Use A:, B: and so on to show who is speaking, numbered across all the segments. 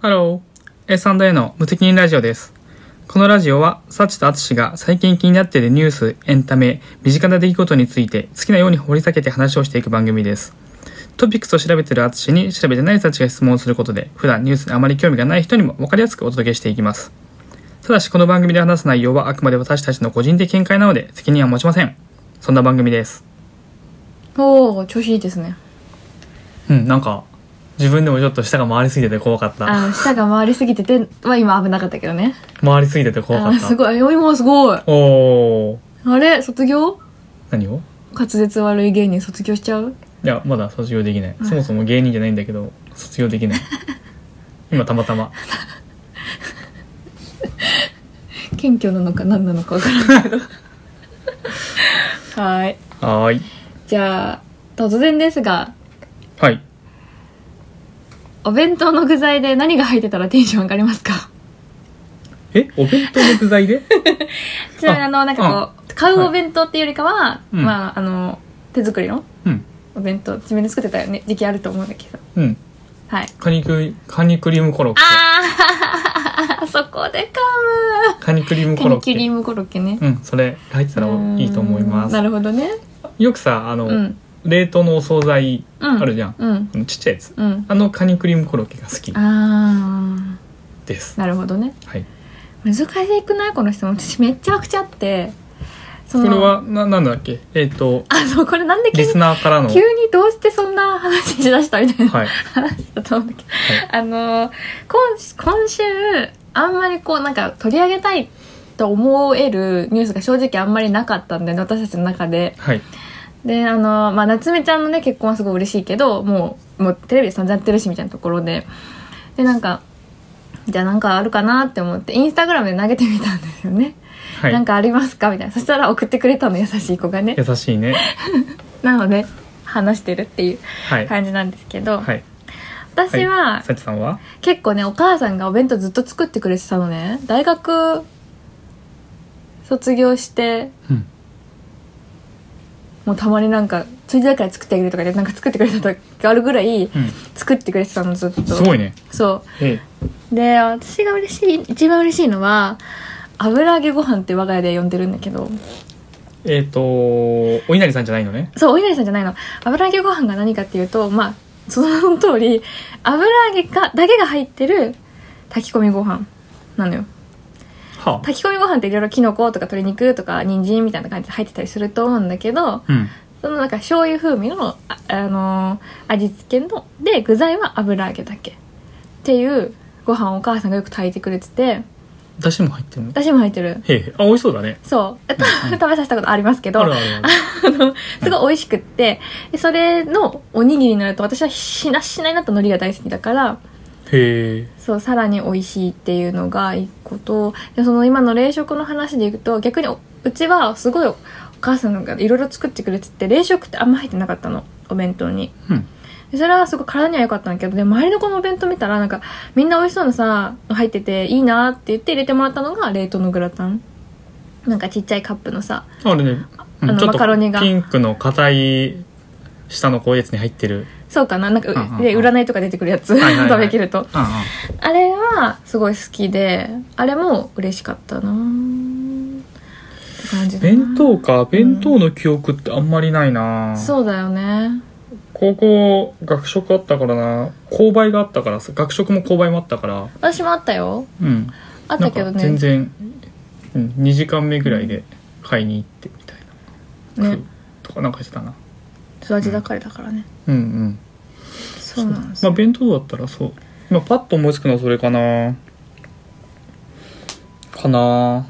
A: ハロー。S&A の無責任ラジオです。このラジオは、サチとアツシが最近気になっているニュース、エンタメ、身近な出来事について好きなように掘り下げて話をしていく番組です。トピックスを調べているアツシに調べてないサチが質問をすることで、普段ニュースにあまり興味がない人にも分かりやすくお届けしていきます。ただし、この番組で話す内容はあくまで私たちの個人的見解なので、責任は持ちません。そんな番組です。
B: おお調子いいですね
A: うん、なんか、自分でもちょっと舌が回りすぎてて怖かった。
B: あの舌が回りすぎてては今危なかったけどね
A: 回りすぎてて怖か
B: あ
A: っ
B: ー
A: た。
B: すごいお今すごい
A: おー
B: あれ卒業
A: 何を
B: 滑舌悪い芸人卒業しちゃう
A: いやまだ卒業できないそもそも芸人じゃないんだけど卒業で きない今たまたま
B: 謙虚なのか何なのか分からんけど はーい
A: はーい
B: じゃあ突然ですが
A: はい
B: お弁当の具材で何が入ってたらテンション上がりますか
A: えお弁当の具材で
B: ちなみにあのなんかこう買うお弁当っていうよりかは、
A: うん
B: まああの手作りの
A: うん
B: お弁当自分で作ってたよね時期あると思うんだけど
A: うん
B: はい
A: カニクカニクリームコロッケ
B: ああ そこで噛
A: カニクリーム
B: む
A: コ
B: カ
A: ロッ
B: ニ
A: ケ
B: キュリームコロッケね
A: うんそれ入ってたらいいと思いま
B: うーんな
A: す
B: るほどね
A: よくさあの、
B: うん
A: 冷凍のお惣菜
B: うん
A: あるじゃん、
B: うん
A: ちっちゃいやつ
B: うん
A: あのカニクリームコロッケが好き
B: あ
A: です
B: あなるほどね
A: はい
B: 難しくないこの質問私めっちゃくちゃあってそ
A: こ
B: の
A: れはななんだっけえっ、と
B: あそうこれなんで急
A: リ
B: に
A: スナーからの
B: 急にどうしてそんな話しだしたみたいな、
A: はい
B: 話だと思うんだけどあの今今週あんまりこうなんか取り上げたいと思えるニュースが正直あんまりなかったんだよね私たちの中で
A: はい
B: であの、まあ、夏目ちゃんのね結婚はすごい嬉しいけどもうもうテレビで散々やってるしみたいなところででなんかじゃあなんかあるかなって思ってインスタグラムで投げてみたんですよね、
A: はい、
B: なんかありますかみたいなそしたら送ってくれたの優しい子がね
A: 優しいね
B: なので話してるっていう
A: はい
B: 感じなんですけど、
A: はい
B: 私は
A: さちさんは
B: 結構ねお母さんがお弁当ずっと作ってくれてたのね大学卒業して
A: うん
B: もうたまになんかついでだから作ってあげるとかでなんか作ってくれた時があるぐらい作ってくれてたのずっと
A: すごいね
B: そ
A: え
B: うで私が嬉しい一番嬉しいのは油揚げご飯って我が家で呼んでるんだけど
A: えーとお稲荷さんじゃないのね
B: そうお稲荷さんじゃないの油揚げご飯が何かっていうとまあその通り油揚げがだけが入ってる炊き込みご飯なのよ
A: はあ
B: 炊き込みご飯っていろいろキノコとか鶏肉とか人参みたいな感じで入ってたりすると思うんだけど
A: うん
B: そのなんか醤油風味のあ、あのー味付けので具材は油揚げだけっていうご飯をお母さんがよく炊いてくれてて
A: だしも入ってるのへ
B: 私も入ってる
A: えへえあ美味しそうだね
B: そう、
A: うん
B: 食べさせたことありますけど
A: あるあるある
B: あの、すごい美味しくって、でそれのおにぎりになると私はしなしなになった海苔が大好きだか
A: へ
B: ら、
A: え
B: そう、さらに美味しいっていうのが一個と、でその今の冷食の話でいくと、逆におうちはすごいお母さんがいろいろ作ってくれてて、冷食ってあんま入ってなかったの、お弁当に。
A: うん
B: でそれはすごい体には良かったんだけど、で、周りの子のお弁当見たら、なんか、みんな美味しそうなさ、入ってていいなって言って入れてもらったのが冷凍のグラタン。なんかちっちゃいカップのさ、
A: あれねうん
B: あの
A: ちょっ
B: マカロニ
A: と
B: が
A: ピンクの硬い下のこういうやつに入ってる
B: そうかななんか、
A: うんうんうん
B: で占いとか出てくるやつ、
A: はいはいはい
B: 食べきると
A: あ
B: あれはすごい好きであれも嬉しかったなって感じだな
A: 弁当か弁当の記憶ってあんまりないな、
B: そうだよね
A: 高校学食あったからな購買があったからさ学食も購買もあったから
B: 私もあったよ
A: うん
B: あったけど
A: なんか全
B: ね
A: 然、うん、2時間目ぐらいで買いに行ってみたいな、
B: ね
A: 食うとかなんかしてたな
B: 育ち盛りだからね、
A: うんうん
B: そうなんです
A: まあ
B: よ、
A: 弁当だったらそう今パッと思いつくのはそれかなかな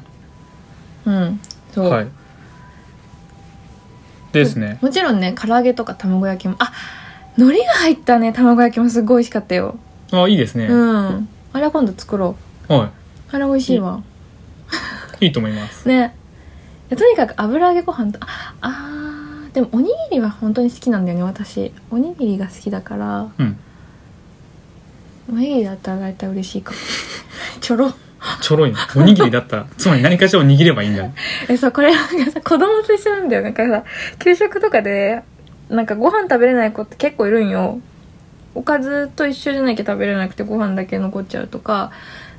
B: うんそう、
A: はいですね
B: もちろんね唐揚げとか卵焼きもあ海苔が入ったね卵焼きもすごい美味しかったよ、
A: あいいですね、
B: うんあれは今度作ろ
A: は
B: うあれ美味しいわ、
A: いいいと思います
B: ねいやとにかく油揚げご飯とああーでもおにぎりは本当に好きなんだよね私おにぎりが好きだから
A: うん
B: おにぎりだったら大体嬉しいかもちょろ
A: ちょろいなおにぎりだ ったらつまり何かしらを握ればいいんだ
B: えそうこれなんかさ子供と一緒なんだよなんかさ給食とかでなんかご飯食べれない子って結構いるんよおかずと一緒じゃなきゃ食べれなくてご飯だけ残っちゃうとか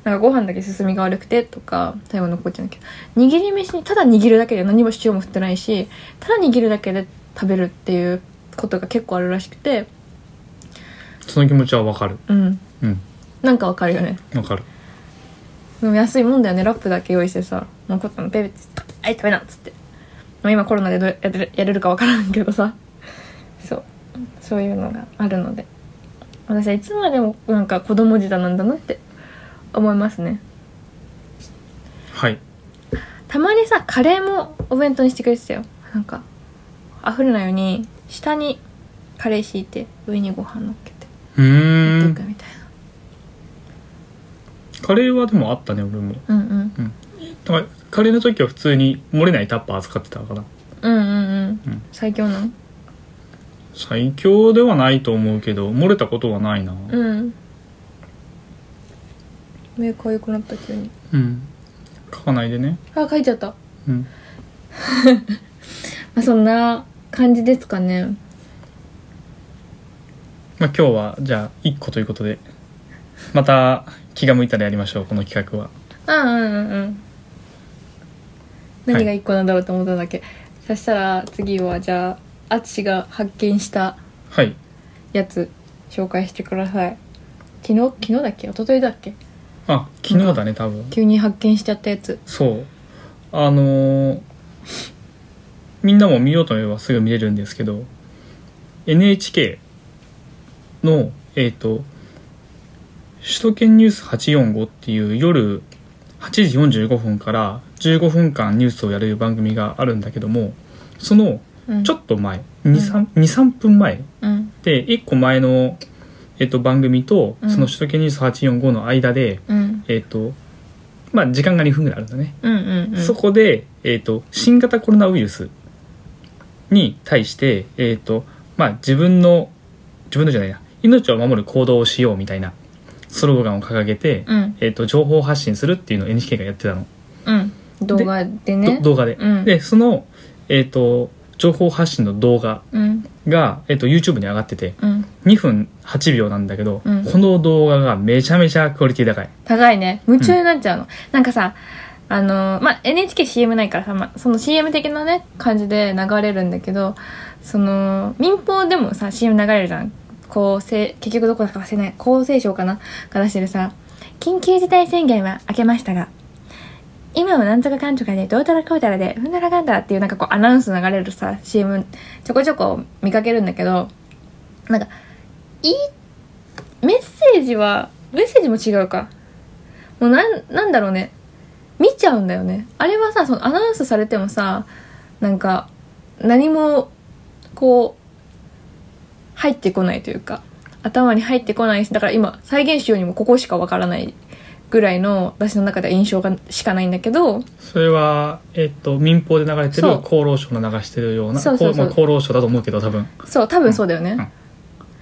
B: なんかご飯だけ進みが悪くてとか最後残っちゃうんだけど握り飯にただ握るだけで何も塩も振ってないしただ握るだけで食べるっていうことが結構あるらしくて
A: その気持ちはわかる
B: うん
A: うん
B: なんかわかるよね
A: わかる
B: でも安いもんだよねラップだけ用意してさ残ったのペペって「はい食べな」っつってまあ今コロナでどうやれやれるかわからんけどさ そうそういうのがあるので私はいつまでもなんか子供舌なんだなって思いますね
A: はい
B: たまにさカレーもお弁当にしてくれてたよなんか溢れないように下にカレー敷いて上にご飯乗っけて
A: う
B: 持っ
A: ー
B: てい
A: ん
B: くみたい
A: カレーはでもあったね俺も
B: な、うん、うん
A: だからカレーの時は普通に漏れないタッパー扱ってたから
B: うんうんうん
A: うん
B: 最強なの
A: 最強ではないと思うけど漏れたことはないな
B: うん目かゆくなった急に
A: うん書かないでね
B: あ書いちゃったま
A: うん
B: あそんな感じですかね
A: まあ今日はじゃあ1個ということでまた気が向いたらやりましょうこの企画は
B: うんうんうんうん何が一個なんだろうと思ったんだっけ、そしたら次はじゃあ淳が発見した
A: はい
B: やつ紹介してください昨日昨日だっけ一昨日だっけ
A: あ昨日だね多分
B: 急に発見しちゃったやつ
A: そうあのーみんなも見ようと思えばすぐ見れるんですけど NHK のえっ、と「首都圏ニュース845」っていう夜8時45分から15分間ニュースをやる番組があるんだけどもそのちょ
B: っ
A: っと前23分前
B: とうん
A: で1個前の、えっと番組と
B: うん
A: その「首都圏ニュース845」の間で、
B: うん
A: えっとまあ時間が2分ぐらいあるんだね、
B: うんうんうん
A: そこで、えっと新型コロナウイルスに対して、えっとまあ、自分の自分のじゃないな命を守る行動をしようみたいなスローガンを掲げて、
B: うん
A: えっと情報発信するっていうのを NHK がやってたの、
B: うん動画で
A: ど
B: ね
A: 動画で、
B: うん
A: でその、えっと情報発信の動画
B: うん
A: が、えっと YouTube に上がってて
B: うん
A: 2分8秒なんだけど、
B: うん
A: この動画がめちゃめちゃクオリティ高い
B: 高いね夢中になっちゃうの、なんかさあのーまあ NHKCM ないからさ、まあ、その CM 的なね感じで流れるんだけどその民放でもさ CM 流れるじゃん厚生結局どこだか忘れない厚生省かなが出してるさ緊急事態宣言は明けましたが今はなんとかかんとかでどうたらこうたらでふんだらかんだらっていうなんかこうアナウンス流れるさ CM ちょこちょこ見かけるんだけどなんかいいメッセージはメッセージも違うかもうなんなんだろうね見ちゃうんだよねあれはさそのアナウンスされてもさなんか何もこう入ってこないというか頭に入ってこないしだから今再現しようにもここしかわからないぐらいの私の中では印象がしかないんだけど
A: それは、えっと民放で流れて
B: そ
A: る
B: う
A: 厚労省の流してるような
B: そうそうそう
A: こまあ厚労省だと思うけど多分
B: そう多分そうだよね、
A: ん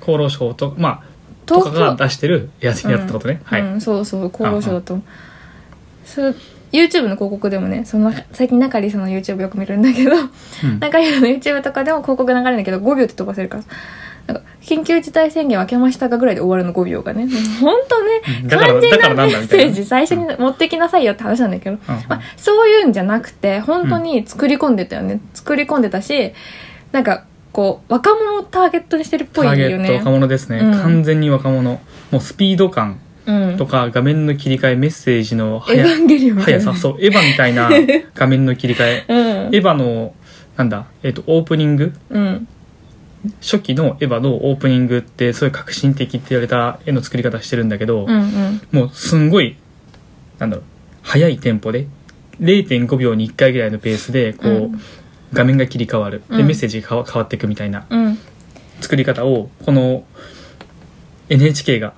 A: 厚労省と,、まあ、と
B: 東
A: かが
B: 京
A: 出してるやつ
B: うん
A: やつってことね、はい、
B: うん、そうそう厚労省だとそう YouTube の広告でもねその最近中里さんの YouTube よく見るんだけど
A: うん
B: 中里さんの YouTube とかでも広告流れるんだけど5秒って飛ばせるからなんか緊急事態宣言明けましたかぐらいで終わるの5 秒がね本当
A: う
B: ね
A: んだから
B: 肝心
A: だからなん
B: なメ
A: だ
B: ッ
A: みたいな
B: セージ最初に持ってきなさいよって話なんだけど、
A: うんうん
B: まあ、そういうんじゃなくて本当に作り込んでたよね、作り込んでたしなんかこう若者をターゲットにしてるっ
A: タ
B: ぽいよ
A: ー
B: ね
A: ゲット若者ですね、
B: うん
A: 完全に若者もうスピード感
B: うん
A: とか画面の切り替えメッセージの
B: エヴ
A: 速
B: ァンゲリオンみたい
A: 速
B: な
A: さそうエヴァみたい な画面の切り替え
B: うん
A: エヴァのなんだ、えっとオープニング
B: うん
A: 初期のエヴァのオープニングってそういう革新的って言われた絵の作り方してるんだけど、
B: うんうん
A: もうすんごいなんだろう速いテンポで0.5秒に1回ぐらいのペースでこう、
B: うん
A: 画面が切り替わるで
B: うん
A: メッセージが変わ変わっていくみたいな
B: うん
A: 作り方をこの NHK が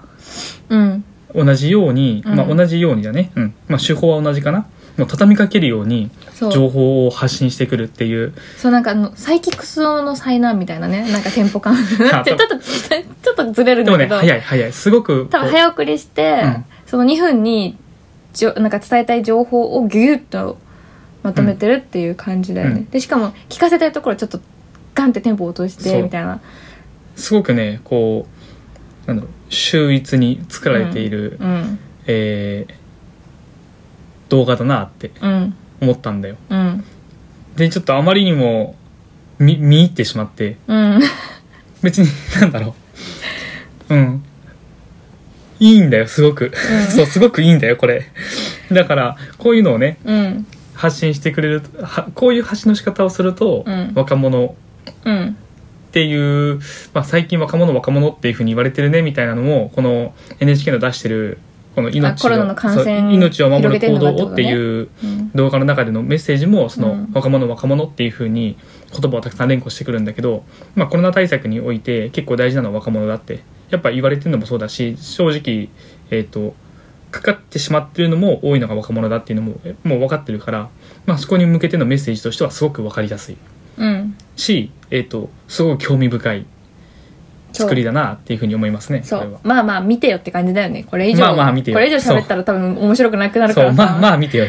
B: うん
A: 同じように、
B: うん
A: まあ、同じようにだね、うんまあ、手法は同じかなもう畳みかけるように
B: そう
A: 情報を発信してくるっていう
B: そうなんかあのサイキックス王の災難みたい なねなんかテンポ感 ちょっとちょっとずれるん
A: でも
B: だけ
A: ね
B: ど、
A: 早い早いすごく
B: 多分早送りして、
A: うん
B: その2分にじょなんか伝えたい情報をギュギュッとまとめてるっていう感じだよね、
A: うん
B: でしかも聞かせたいところちょっとガンってテンポ落とし
A: そ
B: て
A: う
B: みたいな
A: すごくねこうなんだろう秀逸に作られている、
B: うん
A: えー動画だなって
B: うん
A: 思ったんだよ
B: うん
A: でちょっとあまりにも見見入ってしまって
B: うん
A: 別に なんだろううんいいんだよすごく、 そうすごくいいんだよこれだからこういうのをね
B: うん
A: 発信してくれるはこういう発信の仕方をすると、
B: うん
A: 若者
B: うん
A: っていう、まあ、最近若者若者っていうふうに言われてるねみたいなのもこの NHK の出してるこの命を
B: あコロナの感染
A: そう命を守
B: 広げ
A: る
B: てん
A: 行
B: のか
A: 動を
B: ってこと
A: って
B: ね
A: いう
B: うん
A: 動画の中でのメッセージもその、
B: うん
A: 若者若者っていうふうに言葉をたくさん連呼してくるんだけど、まあ、コロナ対策において結構大事なのは若者だってやっぱ言われてるのもそうだし正直、えー、とかかってしまってるのも多いのが若者だっていうのもえもう分かってるから、まあ、そこに向けてのメッセージとしてはすごく分かりやすい
B: うん
A: し、えー、とすごく興味深い
B: そう
A: 作りだなっていうふうに思いますね
B: そ
A: これ
B: う
A: は。
B: まあまあ見てよって感じだよねこれ以上
A: まあまあ見てよ
B: これ以上喋ったら多分面白くなくなるか
A: そ
B: ら
A: う
B: さ
A: まあまあ見て よ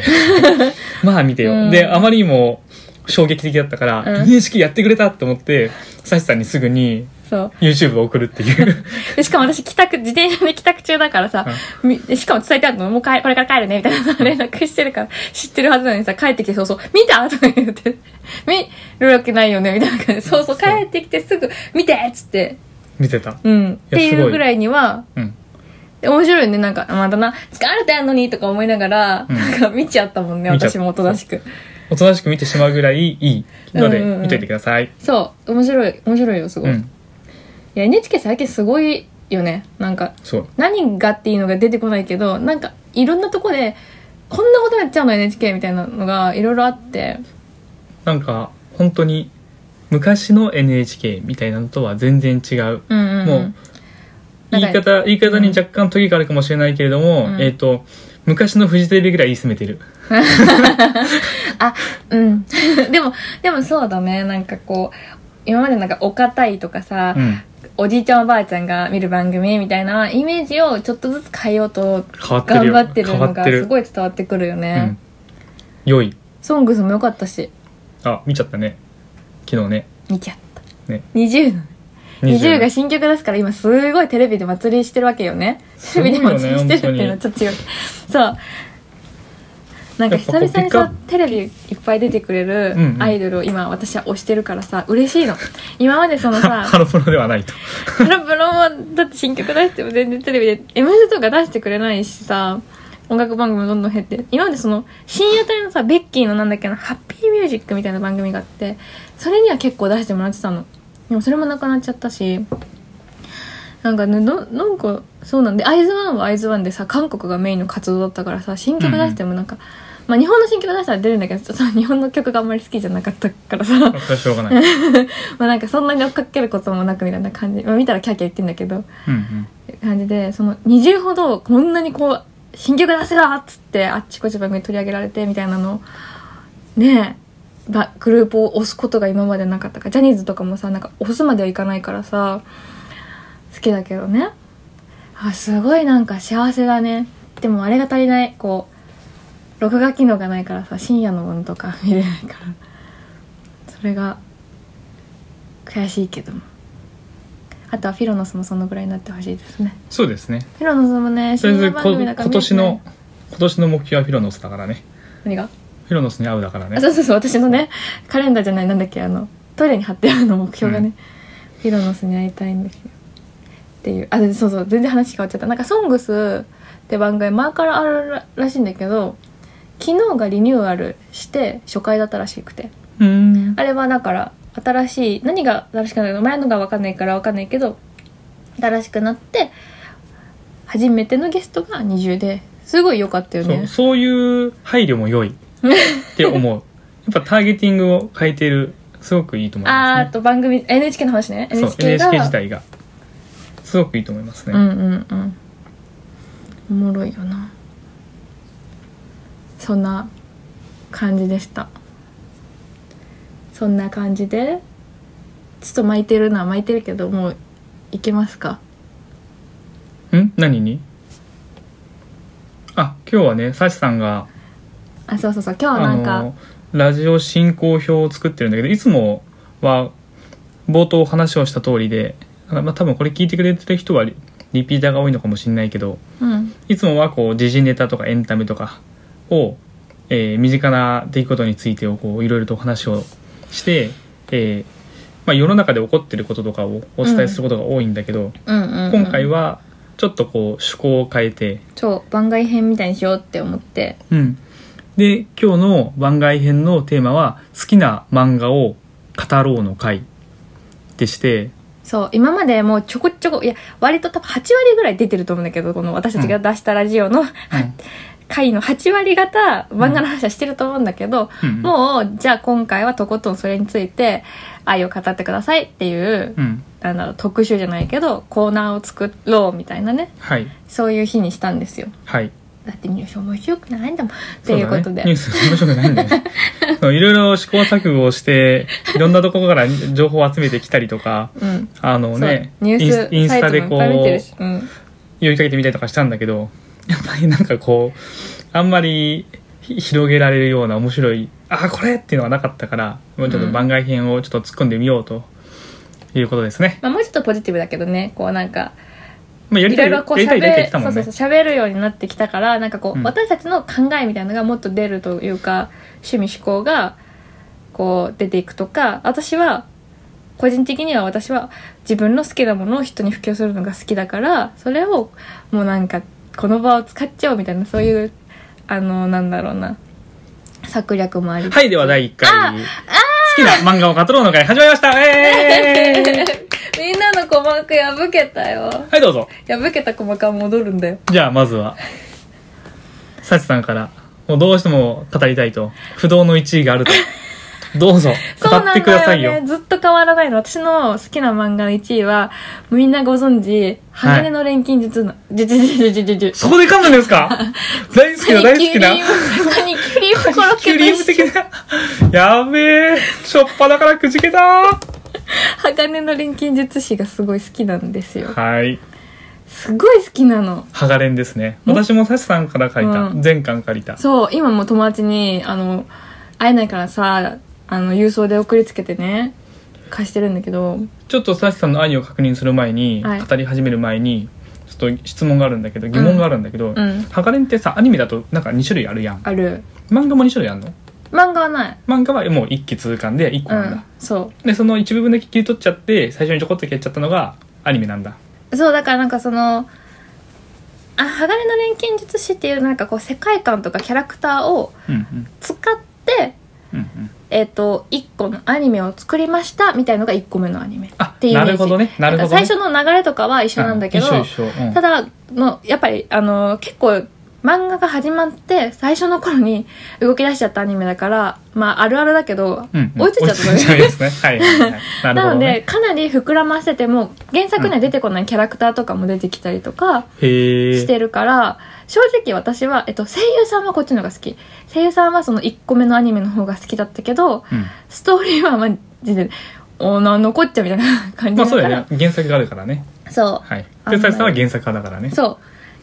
A: まあ見てよ、
B: うん
A: であまりにも衝撃的だったから、
B: うん
A: NHK やってくれたと思ってサシさんにすぐに
B: そう
A: YouTube を送るっていう
B: でしかも私帰宅自転車で帰宅中だからさ、みでしかも伝えてあるのもう帰これから帰るねみたいな連絡してるから知ってるはずなのにさ帰ってきてそうそう見たとか言って見るわけないよねみたいな感じでそうそう帰
A: そう
B: ってきてすぐ見てっつって
A: 見てた
B: うんって
A: す
B: い
A: ごいう
B: ぐらいには
A: うん
B: で面白いよねなんかまたな疲れてやんのにとか思いながら、
A: うん
B: なんか見ちゃったもんね
A: 見ちゃった
B: 私もおとなしく
A: おとなしく見てしまうぐらいいいので
B: うんうんうん
A: 見といてください
B: そう面白い面白いよす
A: う
B: ご
A: ん、
B: い、いや NHK 最近すごいよねなんか
A: そう
B: 何がっていうのが出てこないけどなんかいろんなとこでこんなことやっちゃうの NHK みたいなのがいろいろあって
A: なんか本当に昔の NHK みたいなのとは全然違う
B: うんうんうん
A: もう
B: なん
A: 言
B: か
A: い方言い方に若干トゲがあるかもしれないけれども、
B: うん
A: えっ、と昔のフジテレビぐらい言い進めてる
B: あうん でもでもそうだねなんかこう今までなんかお堅いとかさ、
A: うん
B: おじいちゃんおばあちゃんが見る番組みたいなイメージをちょっとずつ変えようと
A: 変わってる
B: 頑
A: よ
B: 張ってるの
A: 変わ
B: が
A: って
B: す
A: る
B: ごい伝わってくるよ
A: うん
B: ね、
A: 良い
B: ソングスも良かったし
A: あ見ちゃったね昨日ね
B: 見ちゃった、
A: ね
B: 20の20が新曲出すから今すごいテレビで祭りしてるわけよね
A: す
B: テ
A: ごい
B: レ
A: よ
B: ビ
A: ね
B: で祭りしてるっていうのはちょっと違うそうなんか久々
A: やっ
B: に
A: ぱこう
B: さテレビいっぱい出てくれる
A: うんうん
B: アイドルを今私は推してるからさ嬉しいの今までその
A: は
B: さ
A: ハロプロではないと
B: ハロプロもだって新曲出しても全然テレビで M 字とか出してくれないしさ音楽番組もどんどん減って今までその深夜帯のさベッキーのなんだっけなハッピーミュージックみたいな番組があってそれには結構出してもらってたのでもそれもなくなっちゃったしなんかねどなんかそうなんでアイズワンはアイズワンでさ韓国がメインの活動だったからさ新曲出してもなんか、まあ日本の新曲出したら出るんだけどちょっと 日本の曲があんまり好きじゃなかったからさ
A: これはしょうがない
B: まあなんかそんなに追っかけることもなくみたいな感じ、まあ、見たらキャーキャー言ってんだけど
A: うん、うん、
B: 感じでその20ほどこんなにこう新曲出せだっつってあっちこっち番組取り上げられてみたいなのをねえばグループを押すことが今までなかったからジャニーズとかもさなんか押すまではいかないからさ好きだけどねあすごいなんか幸せだねでもあれが足りないこう録画機能がないからさ深夜のものとか 見れないからそれが悔しいけどもあとはフィロノスもそのぐらいになってほしいですね
A: そうですね
B: フィロノスもね、
A: とりあえ
B: 深
A: ず
B: 夜
A: こ
B: 番組だから
A: 今年の今年の目標はフィロノスだからね
B: 何が
A: フィロノスに会うだから
B: あ
A: ね
B: そうそうそう、私のね、カレンダーじゃない、なんだっけ、あの、トイレに貼ってあるの目標がね、フィロノスに会いたいんですよ。っていう、あ、でそうそう、全然話変わっちゃった。なんか、ソングスって番組前からあるららしいんだけど、昨日がリニューアルして初回だったらしくて。
A: うん
B: あれはだから、新しい、何が新しくなるの前のが分かんないから分かんないけど、新しくなって、初めてのゲストが20で、すごい良かったよ
A: そ
B: ね
A: う。そういう配慮も良いって思 うやっぱターゲティングを変えているすごくいいと思い
B: あー
A: ま
B: あと番組 NHK の話ね
A: すねそう
B: NHK が
A: NHK 自体がすごくいいと思いますね、
B: うんうんうんおもろいよなそんな感じでしたそんな感じでちょっと巻いてるのは巻いてるけどもういけますか
A: ん何にあ今日はねサチさんが
B: あそうそうそう今日はなん
A: あ
B: か
A: のラジオ進行表を作ってるんだけどいつもは冒頭お話をした通りであまあ多分これ聞いてくれてる人はリリピーターが多いのかもしれないけど
B: うん
A: いつもはこう時事ネタとかエンタメとかを、えー身近な出来事についてをこういろいろとお話をして、えーまあ、世の中で起こってることとかをお伝えすることが多いんだけど、
B: うんうん、うん、
A: 今回はちょっとこう趣向を変えて、
B: そう番外編みたいにしようって思って
A: うん、で今日の番外編のテーマは「好きな漫画を語ろう」の回でして
B: そう今までもうちょこちょこいや割と多分8割ぐらい出てると思うんだけどこの私たちが出したラジオの、回の8割方漫画の話はしてると思うんだけど、
A: うん
B: もうじゃあ今回はとことんそれについて愛を語ってくださいっていう、
A: うん
B: なんだろう特集じゃないけどコーナーを作ろうみたいなね
A: はい
B: そういう日にしたんですよ
A: はい
B: だって入賞面白くないんだもんっていうこと
A: そう
B: で
A: だね、ニュース面白くないんだよ ねそういろいろ試行錯誤をしていろんなところから情報を集めてきたりとか
B: うん
A: あのね
B: そうニュ
A: インスイ
B: ー
A: ン
B: ス
A: ス
B: サ
A: タで
B: イト
A: こ
B: もいっぱい見てるし
A: う
B: うん
A: 呼びかけてみたりとかしたんだけどやっぱりなんかこうあんまりひ広げられるような面白いあこれっていうのがなかったからもうちょっと番外編をちょっと突っ込んでみようということですね、
B: まあ、もうちょっとポジティブだけどねこうなんか
A: まあ、やり
B: い
A: た
B: ろ
A: い
B: いろこう
A: やりたい出てきたも
B: そうんそ
A: ね
B: うそう喋るようになってきたからなんかこ
A: う
B: う、
A: ん
B: 私たちの考えみたいなのがもっと出るというか趣味思考がこう出ていくとか私は個人的には私は自分の好きなものを人に布教するのが好きだからそれをもうなんかこの場を使っちゃおうみたいなそういうあのなんだろうな策略も あり
A: はいでは第1回好きな漫画を語ろうの会始まりましたえー
B: みんなの鼓膜破けたよ
A: はいどうぞ
B: 破けた鼓膜は戻るんだよ
A: じゃあまずはサチさんからもうどうしても語りたいと不動の1位があるとどうぞ語
B: そう
A: っ
B: な
A: て
B: ん
A: くださ
B: だ
A: いよ
B: よね。ずっと変わらないの。私の好きな漫画の1位は、みんなご存知、鋼の錬金術の、じゅじゅじゅじゅじゅじゅ。
A: そこで噛むんですか 大好きな大好きな
B: カニキリンを
A: キ
B: コ
A: ュ
B: ロ
A: リ
B: ッ
A: ーム
B: ケと
A: 的な やべえしょっぱだからくじけたは
B: 鋼の錬金術師がすごい好きなんですよ。
A: い
B: すごい好きなの。
A: ハガレンですね私もサチさんから借りた、
B: うん
A: 全巻借りた
B: そう、今も友達に、あの、会えないからさ、あの、郵送で送りつけてね、貸してるんだけど、
A: ちょっとサチさんの愛を確認する前に、
B: はい
A: 語り始める前にちょっと質問があるんだけど疑問があるんだけど、
B: うん
A: ハガレンってさアニメだとなんか2種類あるやん
B: ある。
A: 漫画も2種類あるの
B: 漫画はない。
A: 漫画はもう一期通貫で一個
B: う
A: なん
B: ん
A: だ、。
B: そう。
A: でその一部分だけ切り取っちゃって最初にちょこっと消えちゃったのがアニメなんだ
B: そうだからなんかその「あ鋼の錬金術師」っていうなんかこう世界観とかキャラクターを
A: うんうん
B: 使って、
A: うんうん
B: えっと1個のアニメを作りましたみたいのが1個目のアニメ
A: あ
B: っていうイメージ
A: なるほどねなるほどね
B: んか最初の流れとかは一緒なんだけど、
A: うん一緒一緒、うん
B: ただのやっぱりあの結構漫画が始まって最初の頃に動き出しちゃったアニメだからまああるあるだけど、
A: うんうん
B: 追いついちゃったの
A: 追いついちゃいますねはいはいはいなるほ
B: な
A: ど
B: ので
A: ね
B: かなり膨らませても原作には出てこないキャラクターとかも出てきたりとか、
A: へ
B: してるから、正直私は、えっと、声優さんはこっちの方が好き。声優さんはその1個目のアニメの方が好きだったけど、
A: うん
B: ストーリーはまあ、全然、おーな、残っちゃうみたいな感じ
A: まあ
B: だか
A: そうだ
B: ら、
A: よね原作があるからね
B: そ
A: はい
B: あ
A: で
B: の
A: サチさんは原作派だからね
B: う。そう。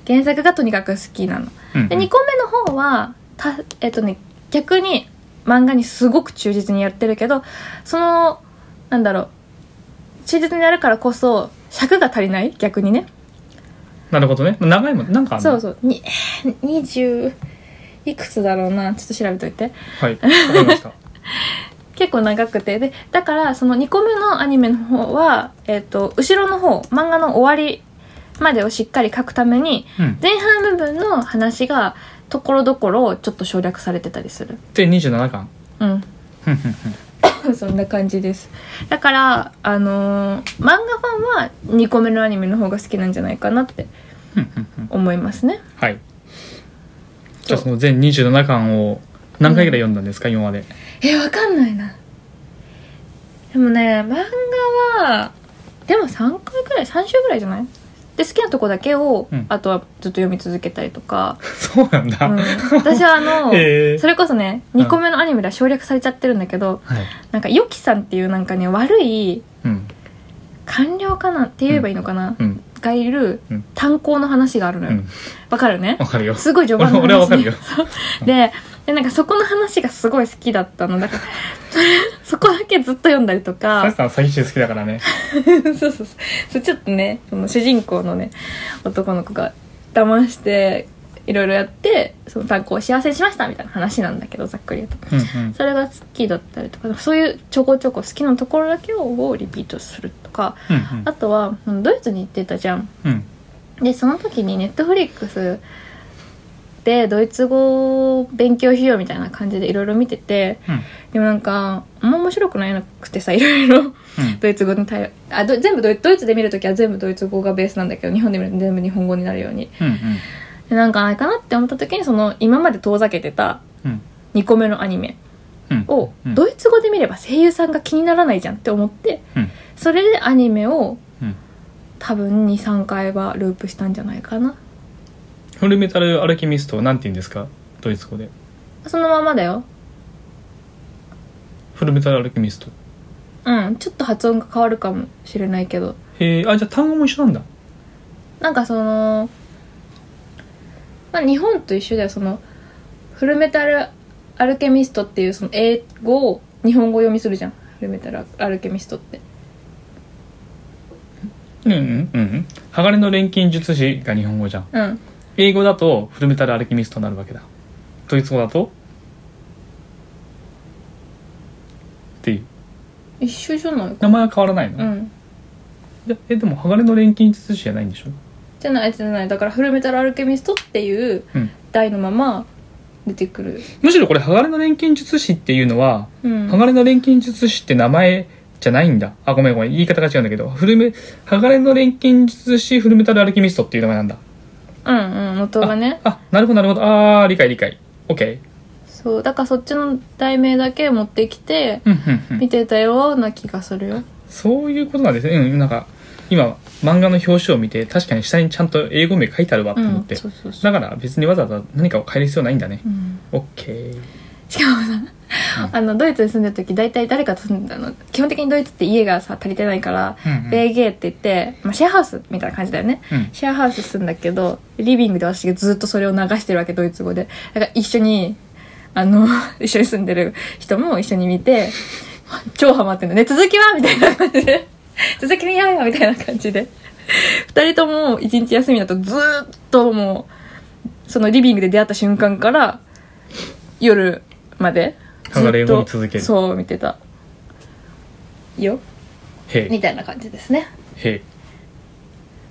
B: 原作がとにかく好きなの。
A: うんうん
B: で、2個目の方は、た、えっとね、逆に漫画にすごく忠実にやってるけど、その、なんだろう、忠実にやるからこそ、尺が足りない逆にね。
A: なるほどね長いもんなんかあんの
B: そうそう。に、20、いくつだろうな。ちょっと調べといて。
A: はいわかりました
B: 結構長くてでだからその2個目のアニメの方は、えっと後ろの方漫画の終わりまでをしっかり書くために
A: うん
B: 前半部分の話がところどころちょっと省略されてたりする
A: で27巻
B: うん
A: ふんふん
B: そんな感じですだからあのー漫画ファンは2個目のアニメの方が好きなんじゃないかなって
A: ふんふんふん
B: 思いますね
A: はいじゃあその全27巻を何回ぐらい読んだんですか今まで
B: えわかんないなでもね漫画はでも3回くらい3週ぐらいじゃないで好きなとこだけを、
A: うん
B: あとはずっと読み続けたりとか、
A: そうなんだ、
B: うん、私はあ の、
A: へー
B: それこそね2個目のアニメでは省略されちゃってるんだけど、
A: はい
B: なんかヨキさんっていうなんかね悪い
A: うん
B: 官僚かなって言えばいいのかな、
A: うん
B: がいる
A: うん
B: 炭鉱の話があるの
A: う
B: よわ、
A: ん
B: かるね
A: わかるよ
B: すごい序盤
A: 俺
B: の話
A: 俺はわかるよ
B: ででなんかそこの話がすごい好きだったのだから そこだけずっと読んだりと
A: サチ
B: か
A: さん詐欺師好きだからね。
B: そうそうそうそうちょっとねその主人公のね男の子が騙していろいろやってその単行を幸せにしましたみたいな話なんだけどざっくり言うと
A: うんうん。
B: それが好きだったりとかそういうちょこちょこ好きなところだけををリピートするとか
A: うん
B: あとはうんドイツに行ってたじゃん
A: うん。うん。
B: でその時にネットフリックスでドイツ語を勉強しようみたいな感じでいろいろ見てて
A: うん。
B: でもなんかあんま面白くないなくてさいろいろ
A: うん。
B: ドイツ語に対応あど全部ドイドイツで見るときは全部ドイツ語がベースなんだけど日本で見ると全部日本語になるように
A: うんうん。
B: でなんかないかなって思った時にその今まで遠ざけてた
A: うん。
B: 2個目のアニメ
A: うん。
B: を
A: うん
B: ドイツ語で見れば声優さんが気にならないじゃんって思って
A: うん。
B: それでアニメを
A: うん。
B: 多分23回はループしたんじゃないかな
A: フルメタルアルケミストはなんて言うんですかドイツ語で。
B: そのままだよ
A: フルメタルアルケミスト。
B: うんちょっと発音が変わるかもしれないけど
A: へえ、あ、じゃあ単語も一緒なんだ。
B: なんかその、まあ、日本と一緒だよそのフルメタルアルケミストっていうその英語を日本語読みするじゃんフルメタルアルケミストって
A: うんうんうんうん。鋼の錬金術師が日本語じゃん。
B: うん
A: 英語だとフルメタルアルケミストになるわけだ。ドイツ語だとっていう。
B: 一緒じゃないか
A: 名前は変わらないの、
B: うん
A: じゃえ、でも鋼の錬金術師じゃないんでしょ
B: じゃないじゃないだからフルメタルアルケミストっていう
A: うん。
B: 題のまま出てくる
A: むしろこれ鋼の錬金術師っていうのは、
B: うん
A: 鋼の錬金術師って名前じゃないんだ。あ、ごめんごめん。言い方が違うんだけど、フルメ、鋼の錬金術師フルメタルアルケミストっていう名前なんだ。
B: うんうん元がね
A: あ、なるほどなるほど。あー、理解理解。オッケ
B: そうだからそっちの題名だけ持ってきて
A: ー。うんうんうん
B: 見。てたような気がするよ
A: そういうことなんですね。うん、なんか、今、漫画の表紙を見て、確かに下にちゃんと英語名書いてあるわと
B: う
A: 思っ
B: ん
A: て。
B: そうそうそう、
A: だから別にわざわざ何かを変える必要ないんだね。
B: うん
A: オッケー。
B: しかもさ、あのドイツに住んでる時大体誰かと住んでたの基本的にドイツって家がさ足りてないから、
A: うんうん
B: ベーゲーって言って、まあ、シェアハウスみたいな感じだよね、
A: うん
B: シェアハウスするんだけどリビングで私がずっとそれを流してるわけドイツ語でだから一緒にあの 一緒に住んでる人も一緒に見て超ハマってんのね続きはみたいな感じで 続き見ようよみたいな感じで二人とも一日休みだとずーっともうそのリビングで出会った瞬間から夜まで
A: 剥がれ
B: ずっと
A: 動き続ける
B: そう見てたよ
A: へい。
B: みたいな感じですね
A: へい。いい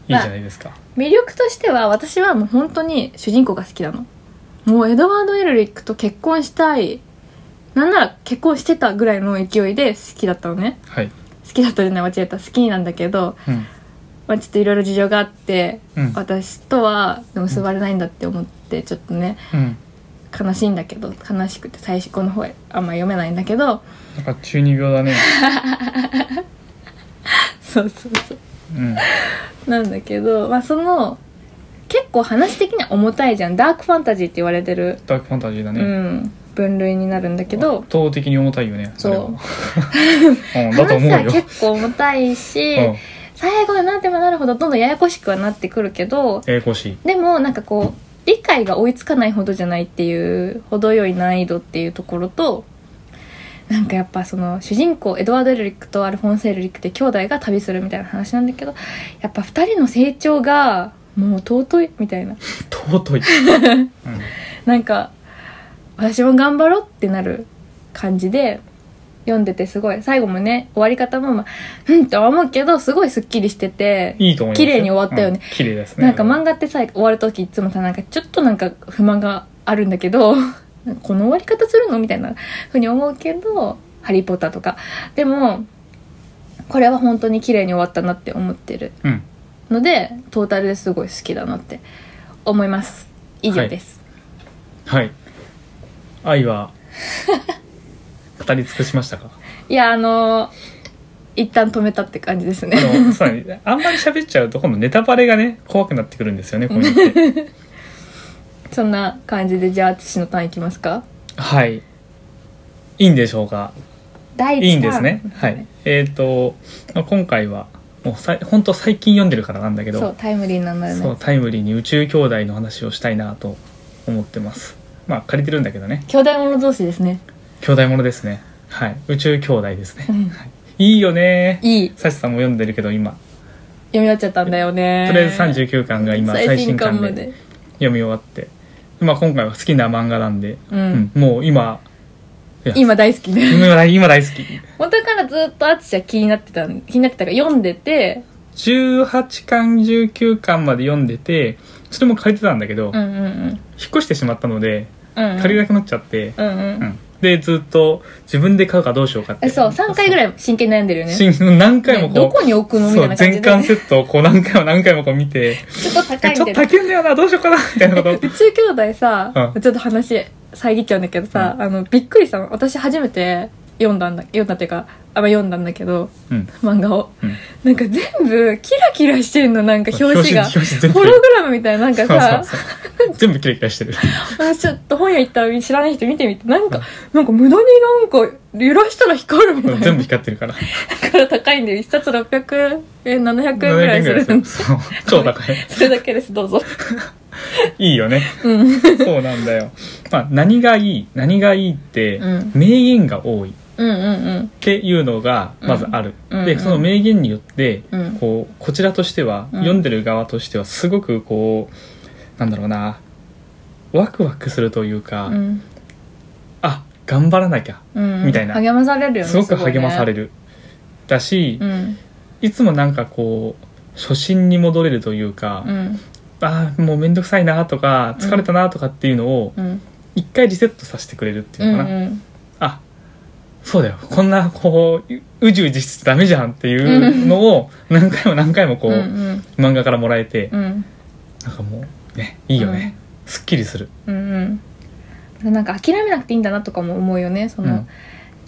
A: じゃないですか。
B: 魅力としては私はもう本当に主人公が好きなのもうエドワード・エルリックと結婚したいなんなら結婚してたぐらいの勢いで好きだったのね
A: はい。
B: 好きだったじゃない間違えた好きなんだけど、
A: うん。
B: まあ、ちょっといろいろ事情があって、
A: うん
B: 私とは結ばれないんだって思ってちょっとね
A: うん。
B: 悲しいんだけど悲しくて最初この方へあんま読めないんだけど
A: なんか中二病だね。
B: そうそうそう
A: うん。
B: なんだけど、まあ、その結構話的には重たいじゃんダークファンタジーって言われてる、
A: ダークファンタジーだ
B: う
A: ね。
B: ん、分類になるんだけど
A: 圧倒的に重たいよね。れは
B: そう。
A: うん、だと
B: 話
A: 思う
B: は
A: よ。
B: 結構重たいし、
A: うん。
B: 最後になってもなるほどどんどんややこしくはなってくるけど
A: ややこしい。
B: でもなんかこう理解が追いつかないほどじゃないっていう程よい難易度っていうところとなんかやっぱその主人公エドワード・エルリックとアルフォンス・エルリックって兄弟が旅するみたいな話なんだけどやっぱ2人の成長がもう尊いみたいな
A: 尊い。うん。
B: なんか私も頑張ろうってなる感じで読んでてすごい最後もね終わり方もまあうんとは思うけどすごいすっきりしてて
A: いいと思いますよ。
B: 綺麗に終わったよね
A: うん綺麗ですね。
B: なんか漫画ってさ終わる時いつもさなんかちょっとなんか不満があるんだけど なんかこの終わり方するのみたいなふうに思うけど「ハリー・ポッター」とかでもこれは本当に綺麗に終わったなって思ってる
A: うん。
B: のでトータルですごい好きだなって思います以上です、
A: はい。愛は、 語り尽くしましたか
B: いや、あの一旦止めたって感じです
A: あ
B: ね。
A: の、そう なんですあんまり喋っちゃうと、今度ネタバレがね、怖くなってくるん ですよね、こういうのって。
B: そんな感じで、じゃあ、私のターンいきますか
A: はい。いいんでしょうか
B: 第一
A: いいんですね。はい。。えっ、と、まあ、今回は、もうさい、ほんと最近読んでるからなんだけど、
B: そう、タイムリーなんだよ
A: そう
B: ね。
A: タイムリーに宇宙兄弟の話をしたいなと思ってます。まあ借りてるんだけどね
B: 兄弟者同士ですね
A: 兄弟ものですねはい宇宙兄弟ですね、
B: うん
A: はいいいよね
B: いい
A: サシさんも読んでるけど今
B: 読み終わっちゃったんだよね
A: とりあえず39巻が今最新巻
B: ま
A: で読み終わってまあ今回は好きな漫画なんで、
B: うん
A: もう今いや
B: 今大好きで
A: 今大今大好き
B: 元からずっと淳は気になってたん気になってたから読んでて
A: 18巻19巻まで読んでてそれも借りてたんだけど、
B: う
A: 引っ
B: んうんうん
A: 越してしまったので
B: うん
A: 借りなくなっちゃって、
B: うんう
A: うんんでずっと自分で買うかどうしようかって
B: えそう3回ぐらい真剣に悩んでるよね
A: 新聞何回もこう、
B: ねどこに置くのみた
A: そ
B: いうな感じ
A: 全
B: でね、
A: 巻セットをこう何回も何回もこう見て
B: ちょっと 高
A: え
B: いみ
A: ちょったと
B: いな
A: 高いんだよなどうしようかなみたいなこと
B: 宇宙兄弟さ、
A: う
B: ちょっと話遮っちゃうんだけどさ、あのびっくりしたの私初めて読んだんだ読んだっていうかあまあ読んだんだけど
A: うん
B: 漫画を
A: うん
B: なんか全部キラキラしてんのなんか表紙が
A: 表紙全部
B: ホログラムみたいななんかさ
A: そうそうそう全部キラキラして る
B: 私ちょっと本屋行ったら知らない人見てみてなんかなんか無駄になんか揺らしたら光るみたいな
A: 全部光ってるから
B: だから高いんで1冊600円700円ぐらいする
A: 700円そう超高 い
B: それだけですどうぞ
A: いいよね
B: うん
A: そうなんだよ、まあ、何がいい何がいいって、
B: うん
A: 名言が多いっ
B: うんうん
A: ていうのがまずある、
B: うんうんう
A: で
B: ん
A: その名言によって、
B: うん
A: こうこちらとしては、
B: うん
A: 読んでる側としてはすごくこうなんだろうなワクワクするというか、
B: うんうん
A: あ頑張らなきゃ
B: うん
A: みたいな
B: 励まされるよね
A: すごく励まされ
B: る
A: る、だし、
B: うん
A: いつもなんかこう初心に戻れるというか、
B: うん
A: ああもうめんどくさいなとか疲れたなとかっていうのを
B: うん
A: 一回リセットさせてくれるって
B: う
A: いうんのかな、あそうだよこんなこううじうじしてダメじゃんっていうのを何回も何回もこう、
B: うんうん
A: 漫画からもらえて、
B: うん
A: なんかもうねいいよね、すっきりする、
B: うんうんなんか諦めなくていいんだなとかも思うよねその、
A: うん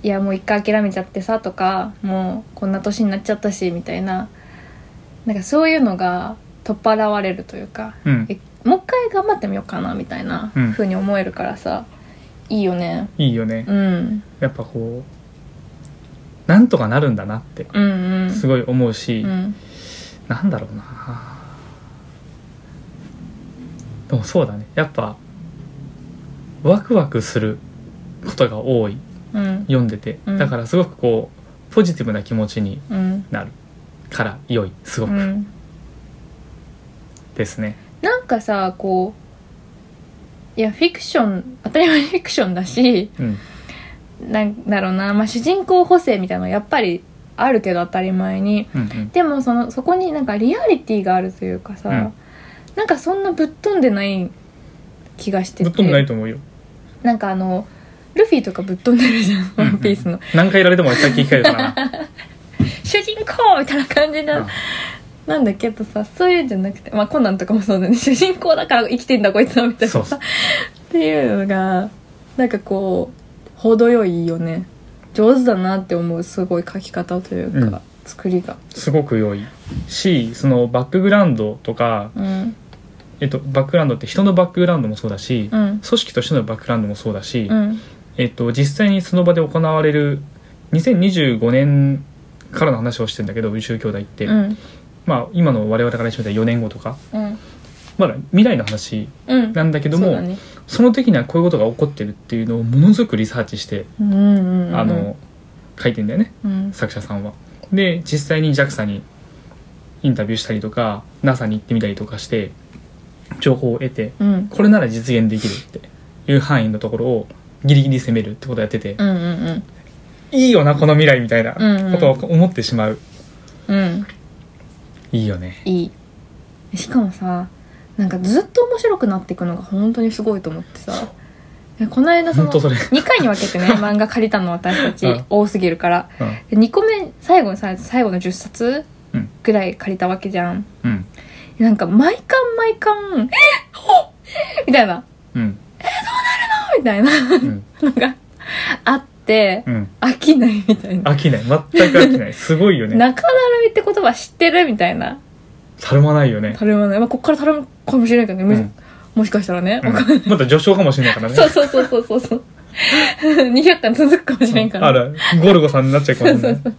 B: いやもう一回諦めちゃってさとかもうこんな年になっちゃったしみたいななんかそういうのが取っ払われるというか、
A: うん、
B: えもう一回頑張ってみようかなみたいな
A: うん
B: 風に思えるからさ、いいよね、
A: いいよね、
B: うん、
A: やっぱこうなんとかなるんだなって
B: うんうん
A: すごい思うし、
B: うん
A: なんだろうなでもそうだねやっぱワクワクすることが多い
B: うん
A: 読んでて、
B: うん
A: だからすごくこうポジティブな気持ちに
B: うん
A: なるから良いすご
B: う
A: く
B: ん
A: ですね、
B: なんかさこういやフィクション当たり前 にフィクションだし
A: うん
B: なんだろうな、まあ、主人公補正みたいなのやっぱりあるけど当たり前に
A: うんうん
B: でもそのそこになんかリアリティがあるというかさ、
A: うん
B: なんかそんなぶっ飛んでない気がしてて
A: ぶっ飛んでないと思うよ
B: なんかあのルフィとかぶっ飛んでるじゃん「ワンピース
A: うん
B: の
A: うん何回やられても俺先行き換えるからな
B: 主人公みたいな感じな,、
A: うん
B: なんだけどさそういうんじゃなくてまあコナンとかもそうだね主人公だから生きてんだこいつはみた い
A: そ
B: な
A: うそう
B: っていうのがなんかこう程よいよね上手だなって思うすごい書き方というか、
A: うん
B: 作りが
A: すごく良いしそのバックグラウンドとか、
B: うん
A: えっと、バックグラウンドって人のバックグラウンドもそうだし、
B: うん
A: 組織としてのバックグラウンドもそうだし、
B: うん
A: えっと、実際にその場で行われる2025年からの話をしてんだけど宇宙兄弟って、
B: うん
A: まあ今の我々からしてみたら4年後とか
B: うん
A: まだ未来の話
B: うん
A: なんだけど
B: そ
A: も
B: う
A: そ,、
B: だね
A: の時にはこういうことが起こってるっていうのをものすごくリサーチして、
B: うんうんうん
A: あの書いてんだよね
B: うん
A: 作者さんは。で実際に JAXA にインタビューしたりとか NASA に行ってみたりとかして情報を得て
B: うん
A: これなら実現できるっていう範囲のところをギリギリ攻めるってことをやってて、
B: うんうん
A: いいよなこの未来みたいな
B: うんうん
A: ことを思ってしまう、
B: うんうん
A: いいよね
B: いいしかもさなんかずっと面白くなっていくのが本当にすごいと思ってさいやこの間そ
A: 本
B: の
A: 当それ、
B: 2回に分け てね漫画借りたの私た
A: う
B: ち
A: ん
B: 多すぎるから
A: うん
B: で2個目最後のさ最後の10冊
A: うん
B: ぐらい借りたわけじゃん
A: うん
B: なんか毎巻毎巻「えっほっみたいな
A: うん
B: 「みたいな
A: うん
B: のがあって
A: うん
B: 飽きないみたいな
A: 飽きない全く飽きないすごいよね
B: 中だるみって言葉知ってるみたいな
A: たるまないよね、
B: たるまない、まあ、こっからたるむかもしれないけどね、
A: う
B: む
A: ん
B: もしかしたらね、
A: う
B: わ
A: ん
B: かん
A: また序章かもしれないからね
B: そうそうそうそうそうそう200巻続くかもしれんから
A: あらゴルゴさんになっちゃうかもしれない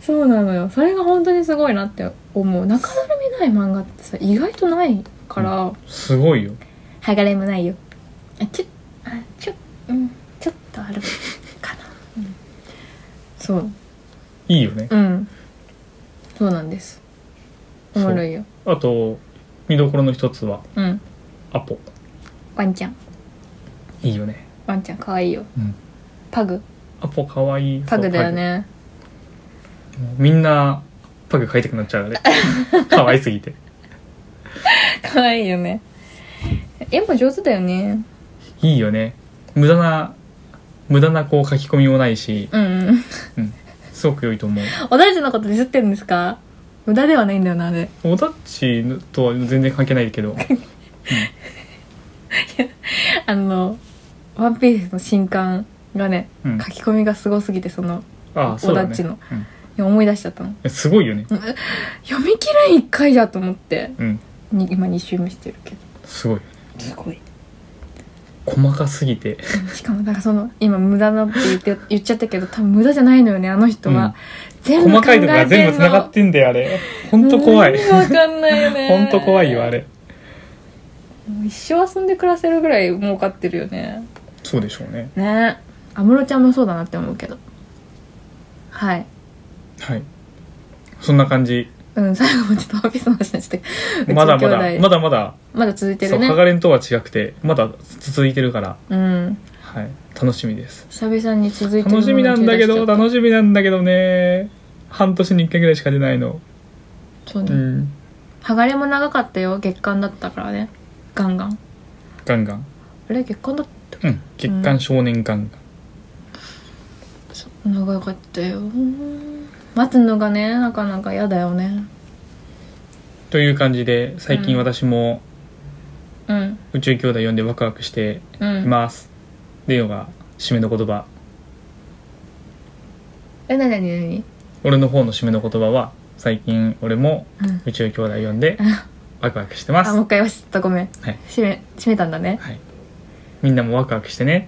B: そうなのよそれが本当にすごいなって思う中だるみない漫画ってさ意外とないから、
A: すごいよ
B: 剥がれもないよあちょ そう
A: いいよね
B: うんそうなんですおもろいよ
A: あと見どころの一つは
B: うん
A: アポ
B: ワンちゃん
A: いいよね
B: ワンちゃん可愛いよ
A: うん
B: パグ
A: アポかわいい
B: パグだよね
A: そうパグもうみんなパグ飼いたくなっちゃうあ れかわいすぎて
B: 可愛いよね絵も上手だよね
A: いいよね無駄な無駄なこう書き込みもないし、
B: うんうん
A: うん、すごく良いと思う
B: おだちのことディスってるんですか無駄ではないんだよなあれ
A: オダッチとは全然関係ないけ ど
B: あの「ワンピースの新刊がね、
A: うん
B: 書き込みがすごすぎてその
A: ああそうだ
B: オダ
A: ね
B: ッチの
A: うんい
B: 思い出しちゃったの
A: やすごいよね
B: 読み切れん1回だと思って
A: うん
B: に今2周目してるけど
A: すごい
B: すごい
A: 細かすぎて
B: しかもなんかその今無駄なって言って言っちゃったけど多分無駄じゃないのよねあの人は、
A: うん
B: 全部
A: 細かいとこが全部
B: 考
A: つ
B: えんの
A: ながってんだよあれほんと怖い
B: うんわかんないよね
A: ほんと怖いよあれ
B: もう一生遊んで暮らせるぐらい儲かってるよね
A: そうでしょうね
B: ね安室ちゃんもそうだなって思うけどはい
A: はいそんな感 じ
B: うん最後もちょっとワンピースの話にして
A: まだまだ
B: うちの兄弟
A: まだまだ
B: まだ続いて
A: そ
B: る
A: う
B: ね
A: ハガレンとは違くてまだ続いてるから
B: うん
A: はい楽しみです
B: 久々に続いてる
A: 楽しみなんだけど
B: し
A: 楽しみなんだけどね半年に1回ぐらいしか出ないの
B: そうね、
A: うん
B: 剥がれも長かったよ月間だったからねガンガン
A: ガンガン
B: あれ月間だった
A: うん月刊少年ガンガン
B: そう長かったよ待つのがねなかなか嫌だよね
A: という感じで最近
B: うん
A: 私も
B: うん
A: 宇宙兄弟読んでワクワクして
B: うん
A: いますレオが締めの言葉
B: えなになになに
A: 俺の方の締めの言葉は最近俺も
B: うん
A: 宇宙兄弟読ん でワクワクしてます
B: あもう一回よしちょっとごめん、
A: はい
B: 閉め閉めたんだね
A: はいみんなもワクワクしてね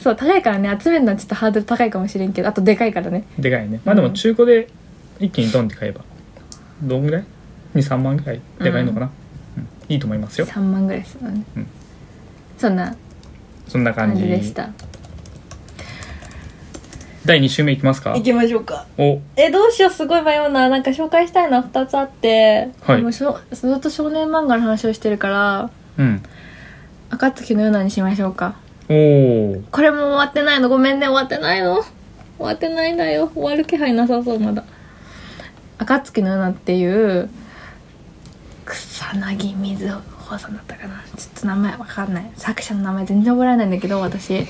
B: そう高いからね集めるのはちょっとハードル高いかもしれんけどあとでかいからね
A: でかいねまあでも中古で一気にドンって買えばどんぐらい23万ぐらいでかいのかな、うんいいと思いますよ
B: 3万ぐらいするのね、
A: うん
B: そんな
A: そんな感
B: 感
A: じ
B: じでした
A: 第2週目いきますか
B: 行きましょうか
A: お
B: えどうしようすごい迷うななんか紹介したいの2つあって、
A: はい
B: でもしょずっと少年漫画の話をしてるから
A: うん
B: 「暁のような」にしましょうか
A: おお
B: これも終わってないのごめんね終わってないの終わってないんだよ終わる気配なさそうまだ「暁のような」っていう草薙水穂さんだったかなちょっと名前わかんない作者の名前全然覚えられないんだけど私っ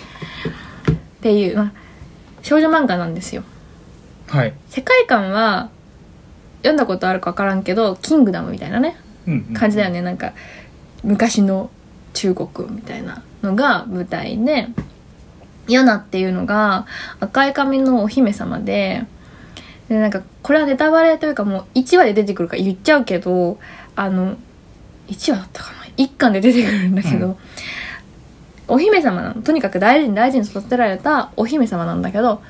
B: ていう、まあ、少女漫画なんですよ
A: はい
B: 世界観は読んだことあるか分からんけど「キングダム」みたいなね感じだよ
A: ね
B: ね、なんか昔の中国みたいなのが舞台でヨナっていうのが赤い髪のお姫様ででなんかこれはネタバレというかもう1話で出てくるから言っちゃうけどあの1話だったかな1巻で出てくるんだけど、
A: う
B: お姫様なのとにかく大事に大事に育てられたお姫様なんだけど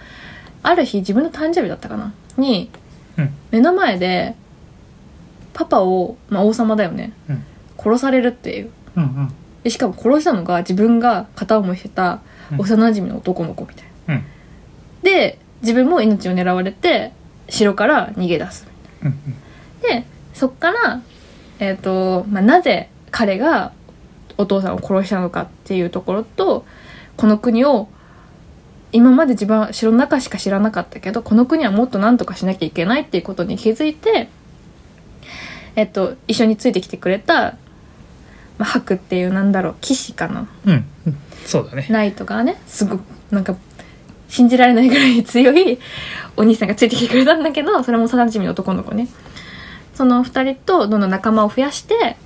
B: ある日自分の誕生日だったかなに
A: うん
B: 目の前でパパを、まあ、王様だよね、
A: うん
B: 殺されるっていう
A: うんうん
B: でしかも殺したのが自分が片思いしてた
A: うん
B: 幼馴染の男の子みたいな、
A: うん
B: で自分も命を狙われて城から逃げ出す
A: うん
B: でそっから、えーとまあ、なぜ彼がお父さんを殺したのかっていうところとこの国を今まで自分は城の中しか知らなかったけどこの国はもっと何とかしなきゃいけないっていうことに気づいて、えっと一緒についてきてくれた、まあ、白っていうなんだろう騎士かな
A: うんうんうんそうだね
B: ナイトがねすごくなんか信じられないぐらい強い お兄さんがついてきてくれたんだけどそれも幼馴染の男の子ねその2人とどんどん仲間を増やして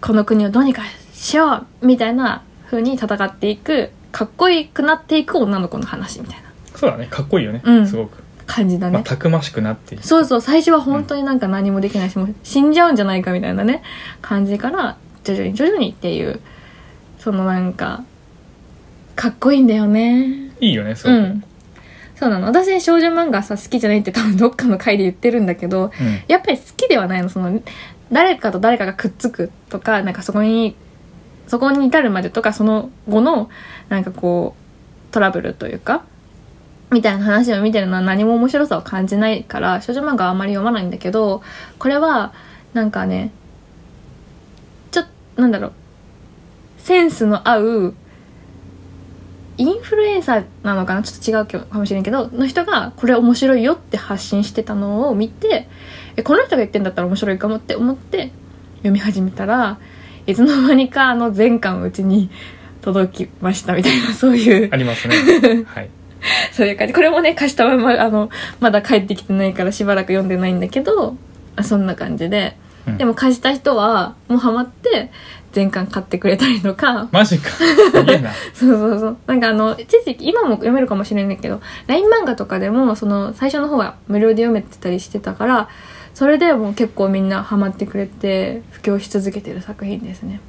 B: この国をどうにかしようみたいな風に戦っていくかっこよくなっていく女の子の話みたいな
A: そうだねかっこいいよね、
B: うん
A: すごく、
B: 感じだ
A: まあ、
B: ね
A: たくましくなっていく
B: そうそう最初は本当になんか何もできないしもう死んじゃうんじゃないかみたいなね感じから徐々に徐々にっていうそのなんかかっこいいんだよね
A: いいよねすご
B: う
A: く、
B: ん。そうなの。私、少女漫画さ、好きじゃないって多分どっかの回で言ってるんだけど、
A: うん
B: やっぱり好きではないの。その、誰かと誰かがくっつくとか、なんかそこに、そこに至るまでとか、その後の、なんかこう、トラブルというか、みたいな話を見てるのは何も面白さを感じないから少女漫画はあまり読まないんだけどこれはなんかねちょっなんだろうセンスの合うインフルエンサーなのかなちょっと違うかもしれんけどの人がこれ面白いよって発信してたのを見てえこの人が言ってんだったら面白いかもって思って読み始めたらいつの間にかあの全巻のうちに届きましたみたいなそういう
A: ありますね。はい。
B: そういう感じ。これもね、貸したまま、あの、まだ帰ってきてないからしばらく読んでないんだけど、あそんな感じで。
A: うん
B: でも貸した人は、もうハマって、全巻買ってくれたりとか、
A: マジか。すげえな。
B: そうそうそう。なんかあの、一時期、今も読めるかもしれないけど、LINE 漫画とかでも、その、最初の方は無料で読めてたりしてたから、それでもう結構みんなハマってくれて、布教し続けてる作品ですね。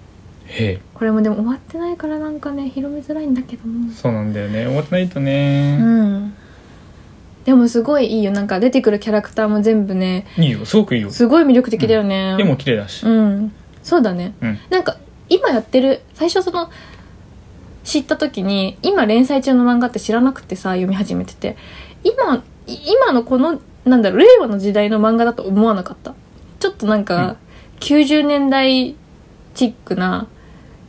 A: へ
B: これもでも終わってないからなんかね、広めづらいんだけども
A: え。。そうなんだよね。終わってないとね。
B: うんでもすごいいいよなんか出てくるキャラクターも全部ね
A: いいよ。すごくいいよ。
B: すごい魅力的だよね、
A: でも綺麗だし。
B: うんそうだね
A: うん。
B: なんか今やってる最初その知った時に今連載中の漫画って知らなくてさ読み始めてて今い今のこのなんだろう令和の時代の漫画だと思わなかったちょっとなん
A: うん
B: か90年代チックな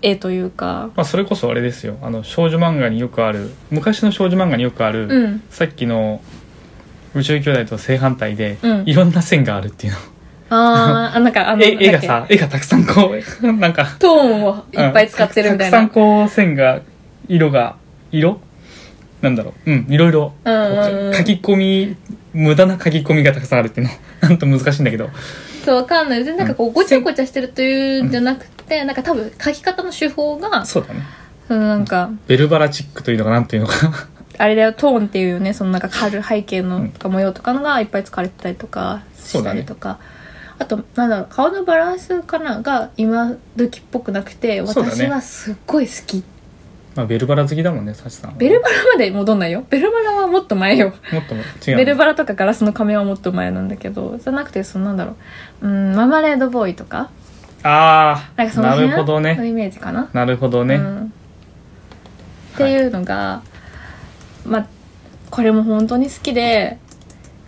B: 絵というか
A: まあそれこそあれですよ。あの少女漫画によくある昔の少女漫画によくある、
B: うん
A: さっきの宇宙兄弟と正反対で、
B: うん
A: いろんな線があるっていうの。
B: あーあなんか あの
A: 絵絵が
B: なんだっ
A: さ絵がたくさんこう なんか。
B: けトーンをいっぱい使ってるみたいな
A: うんたくさんこう線が色が色なんだろううんいろいろ
B: うんうんうん
A: 書き込み無駄な書き込みがたくさんあるっていうの なんと難しいんだけど
B: そうわかんない別になんかこ
A: う
B: うんごちゃごちゃしてるというんじゃなくて、なんか多分書き方の手法がそ
A: そうだね
B: のなんか
A: ベルバラチックというのかなんていうのかな
B: あれだよトーンっていうねそのなんか春背景
A: う
B: の
A: ん
B: とか模様とかのがいっぱい使われてたりとか
A: そう
B: し
A: だ
B: た
A: ね
B: りとか、あとなんだろう顔のバランスかなが今時っぽくなくて
A: そうだね
B: 私はすっごい好き、
A: まあベルバラ好きだもんねサチさんは
B: ベルバラまで戻んないよベルバラはもっと前よ
A: もっとも違う
B: ベルバラとかガラスの仮面はもっと前なんだけどじゃなくてそのなんだろううんマーマレードボーイとか
A: あ
B: なんか
A: あ
B: その
A: な
B: 辺
A: るほど
B: の
A: ね
B: イメージかな
A: なるほどね、
B: うんっていうのが、まあこれも本当に好きで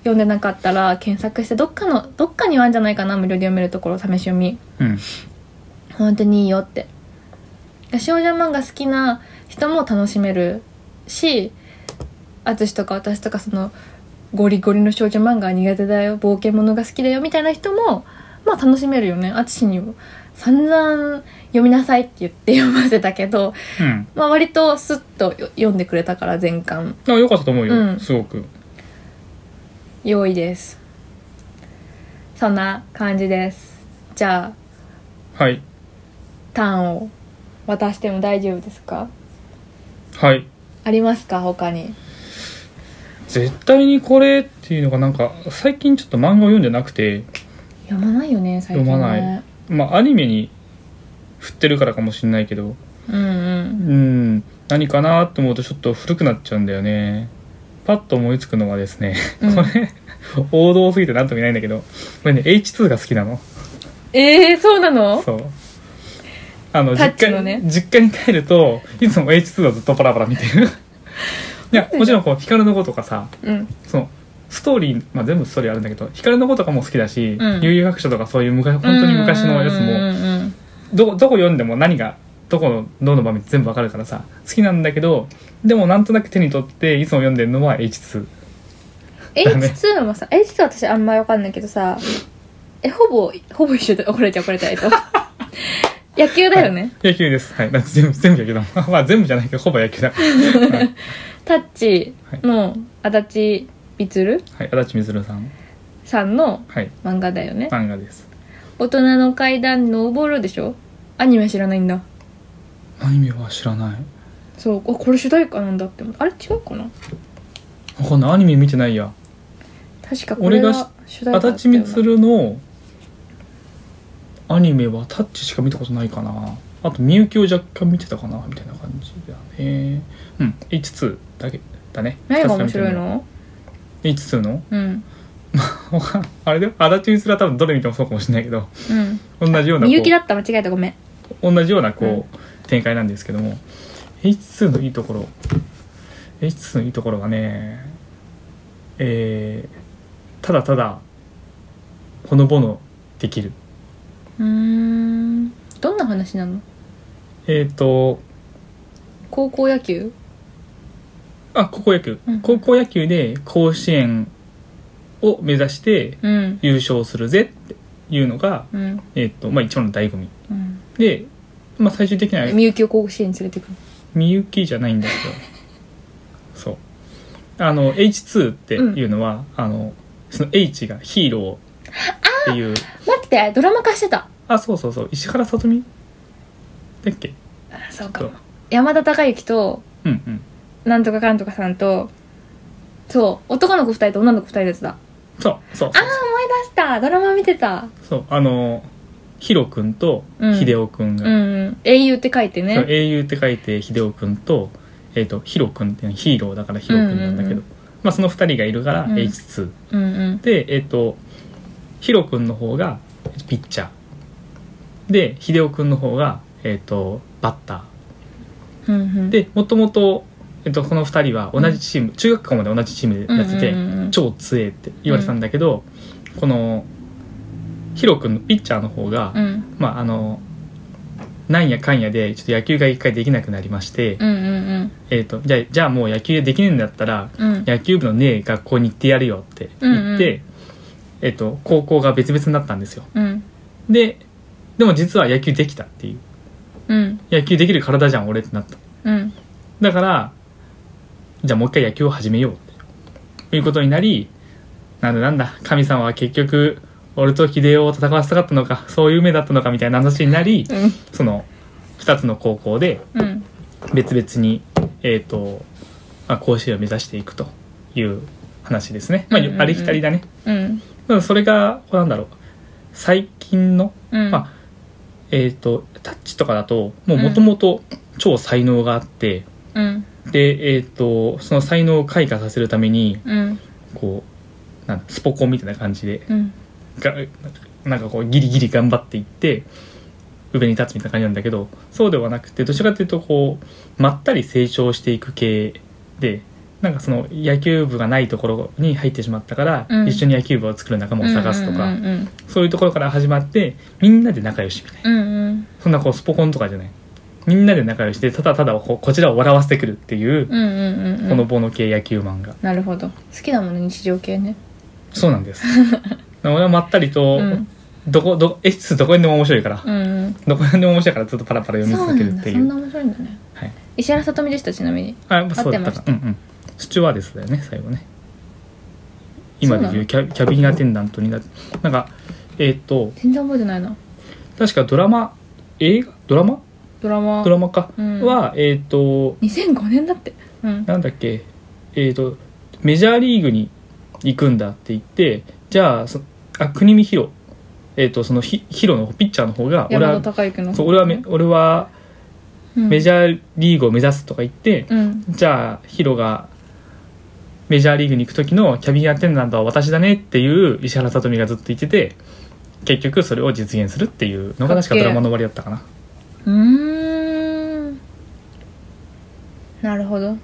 B: 読んでなかったら検索してどっかのどっかにはあるんじゃないかな無料で読めるところ試し読み
A: うん
B: 本当にいいよって少女漫画好きな人も楽しめるし淳とか私とかそのゴリゴリの少女漫画は苦手だよ冒険物が好きだよみたいな人もまあ楽しめるよね淳にも散々読みなさいって言って読ませたけど
A: うん
B: まあ、割とスッとよ読んでくれたから全巻
A: でも良かったと思うよ、
B: うん
A: すごく
B: 用意ですそんな感じですじゃあ
A: はい
B: ターンを渡しても大丈夫ですか
A: はい
B: ありますか他に
A: 絶対にこれっていうのがなんか最近ちょっと漫画を読んでなくて
B: 読まないよね最近ね
A: 読まないまあアニメに振ってるからかもしれないけど
B: うん
A: うん何かなと思うとちょっと古くなっちゃうんだよねパッと思いつくのはですね、
B: うん
A: これ王道すぎて何とも言えないんだけどこれね H2 が好きなの
B: えー、そうなの
A: そうあの
B: タッ
A: 実
B: チ
A: 家
B: のね
A: 実家に帰るといつも H2 をずっとパラパラ見て るいやもちろんこう光の子とかさ
B: うん
A: そのストーリー、まあ、全部ストーリーあるんだけど光の子とかも好きだし、
B: うん
A: 悠々白書とかそういう昔本当に昔のやつ
B: うんう
A: も
B: んうんうん
A: どこどこ読んでも何がどこのどの場面全部わかるからさ好きなんだけどでもなんとなく手に取っていつも読んでるのは H2 だね
B: H2 もさ H2 私あんまりわかんないけどさえほぼほぼ一緒で怒られちゃう怒られち ゃうえっと野球だよね、
A: 野球ですはいだって全部全部野球だもん まあ全部じゃないけどほぼ野球だはい、
B: タッチの足立みつる
A: はい、足立みずるさん
B: さんの
A: はい
B: 漫画だよね
A: 漫画です
B: 大人の階段登るでしょアニメ知らないんだ
A: アニメは知らない
B: そうあこれ主題歌なんだって思ったあれ違うかな
A: わかんないアニメ見てないや
B: 確かこ
A: 俺
B: れ
A: が
B: が主題
A: 足
B: 歌だった
A: 立
B: よ
A: み
B: な
A: つるのアニメはタッチしか見たことないかなあとみゆきを若干見てたかなみたいな感じだねうん H2 だけだね
B: 何が面白い
A: 二つ目見
B: の
A: てる H2 の
B: うん
A: わかん あれで足立みつるは多分どれ見てもそうかもしれないけど
B: うん
A: 同じような
B: みゆきだ
A: こ
B: った間違えたごめん
A: う同じようなこう、
B: うん
A: 展開なんですけども H2 のいいところエイチツーのいいところはねえーただただほのぼのできる
B: うーんどんな話なの
A: えっ、と
B: 高校野球
A: あ高校野球、
B: うん
A: 高校野球で甲子園を目指して
B: うん
A: 優勝するぜっていうのが、
B: うん
A: えーとまあ、一番の醍醐味
B: うん
A: で、まあ、最終的には
B: みゆきを甲子園に連れてくる
A: みゆきじゃないんだけどそうあの H2 っていうのは、あのその H がヒーローっていう
B: 待ってドラマ化してた
A: あそうそうそう石原さとみだっけ
B: あそうか
A: そう
B: も山田孝之と
A: うんうん
B: なんとかかんとかさんとそう男の子2人と女の子2人のやつだ
A: そうそう
B: ああ
A: そう
B: 思い出したドラマ見てた
A: そうあのヒロ君と
B: うん
A: ヒデオ君が、
B: うんうん英雄って書いて
A: そ
B: ね
A: う英雄って書いてヒデオ君と,、えー、とヒロ君っていうのはヒーローだからヒロ君なんだけど、
B: うんうんうん
A: まあ、その2人がいるから
B: うん
A: H2、
B: うんうん
A: でえっ、とヒロ君の方がピッチャーで秀夫君の方が、えっとバッタ
B: うんうん
A: ーでもともと、えっとこの2人は同じチーム、中学校まで同じチームでやってて、
B: うんうんうんうん
A: 超強えって言われてたんだけど、このヒロ君のピッチャーの方が、
B: うん
A: まああのなんやかんやでちょっと野球が一回できなくなりまして、
B: うんうん
A: えっとじゃあじゃあもう野球できねえんだったら
B: うんうん
A: 野球部のねえ学校に行ってやるよって言って、
B: うんう
A: えっと、高校が別々になったんですよ
B: うん
A: ででも実は野球できたっていう
B: うん
A: 野球できる体じゃん俺ってなった
B: うん
A: だからじゃあもう一回野球を始めようっていうことになりなんだなんだ神様は結局俺と秀夫を戦わせたかったのかそういう夢だったのかみたいな話になり
B: うん
A: その2つの高校で
B: うん
A: 別々に、えっとまあ、甲子園を目指していくという話ですね、まあ、
B: うんうんうん
A: ありきたりだね
B: うん
A: ただそれがこうなんだろう最近の、
B: うん
A: まあえっ、とタッチとかだともうもともと超才能があって、
B: うん
A: でえっ、とその才能を開花させるために
B: うん
A: こうなんだスポコンみたいな感じで
B: うん
A: がなんかこうギリギリ頑張っていって上に立つみたいな感じなんだけどそうではなくてどちらかというとこうまったり成長していく系でなんかその野球部がないところに入ってしまったから、
B: うん
A: 一緒に野球部を作る仲間を探すとか、
B: うんうん
A: そういうところから始まってみんなで仲良しみたいな
B: うんうん
A: そんなこうスポコンとかじゃないみんなで仲良しでただただこうこちらを笑わせてくるっていう
B: うんうんうんうん
A: ほのぼの系野球漫画
B: なるほど好きだもんね日常系ね
A: そうなん です俺はまったりと、
B: うん
A: どこどえつどこにでも面白いから、
B: うん
A: どこにでも面白いからずっとパラパラ
B: うん
A: 読み
B: そ
A: 続
B: う
A: け
B: な
A: る
B: ん
A: って
B: だそ
A: い
B: ん
A: う
B: な面白いんだね
A: はい
B: 石原さとみでしたちなみに
A: あやっぱそうだ
B: 合
A: っ
B: って
A: た
B: ま
A: かう
B: し
A: んうんスチュワーデスだよね最後ね今でいうキャキャビンアテンダントにななんかえっ、と
B: 全然覚えてないな
A: 確かドラマ映画ドラマ
B: ドラマ
A: ドラマか、
B: うん
A: はえっ、と
B: 2005年だってうん
A: なんだっけえー、とメジャーリーグに行くんだって言ってじゃあそあ国見ヒロえー、とそのヒヒロのピッチャーの方が俺
B: 山田
A: は
B: 孝之の
A: そう俺はめ俺はメジャ
B: ャ
A: ーリーグを目指すとか言って、
B: ーうん
A: じゃあヒロがメジャーリーグに行く時のキャビンアテンダントは私だねっていう石原さとみがずっと言ってて結局それを実現するっていうのが確
B: か
A: か
B: っけえ
A: ドラマの終わりだったかな
B: うーんなるほど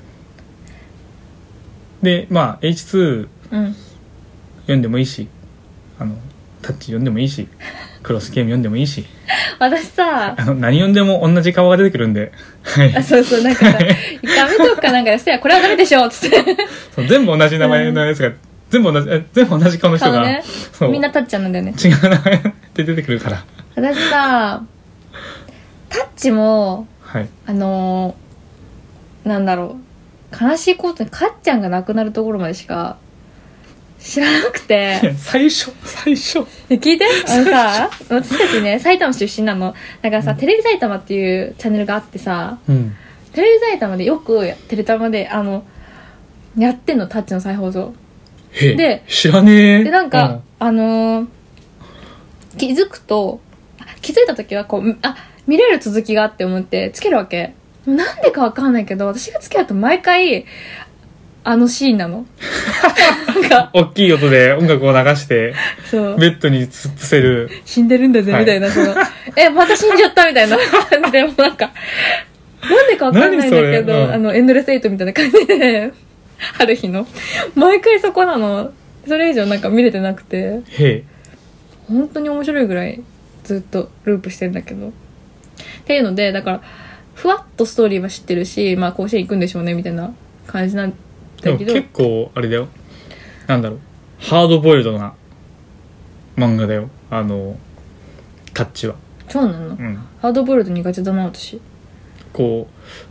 A: でまあ H2
B: うん
A: 読んでもいいしあのタッチ読んでもいいしクロスゲーム読んでもいいし
B: 私さ
A: あの何読んでも同じ顔が出てくるんで、はい
B: あ、そうそうなんか さ「ダメとかなんかしたらこれはダメでしょ」っつって
A: そう全部同じ名前のやつが、全部同じえ全部同じ顔の人
B: 顔
A: が、
B: ね
A: そう
B: みんなタッちゃんなんだよね
A: 違う名前で出てくるから
B: 私さタッチも
A: はい
B: あのー、なんだろう悲しいことにかっちゃんが亡くなるところまでしか知らなく
A: い や
B: て
A: 最初最初
B: で聞いてあのさ私たちね埼玉出身なのだからさテレビ埼玉っていうチャンネルがあってさ
A: うん
B: テレビ埼玉でよくテレタマであのやってんのタッチの再放送
A: へえ
B: で
A: 知らねえ
B: でなんか、あのー気づくとあ気づいた時はこうあ見れる続きがあって思ってつけるわけなんでかわかんないけど私がつけると毎回あのシーンなのなんか
A: うん大きい音で音楽を流 して
B: そう
A: ベッドに突っ伏せる
B: 死んでるんだぜ
A: はい
B: みたいな、そのえまた死んじゃったみたいな感じでもうなんかなんでかわかんないんだけ
A: 何それ
B: ど、
A: うん
B: あの、エンドレスエイトみたいな感じで、ある日の。毎回そこなの。それ以上なんか見れてなくて、
A: へえ。
B: 本当に面白いぐらいずっとループしてんだけど。っていうので、だから、ふわっとストーリーは知ってるし、まあ甲子園行くんでしょうね、みたいな感じなん
A: で
B: だ
A: も
B: けど
A: 結、構、あれだよ。なんだろう。ハードボイルドな漫画だよ。あの、タッチは。
B: そうなの
A: うん。
B: ハードボイルド苦手だな、私。
A: こ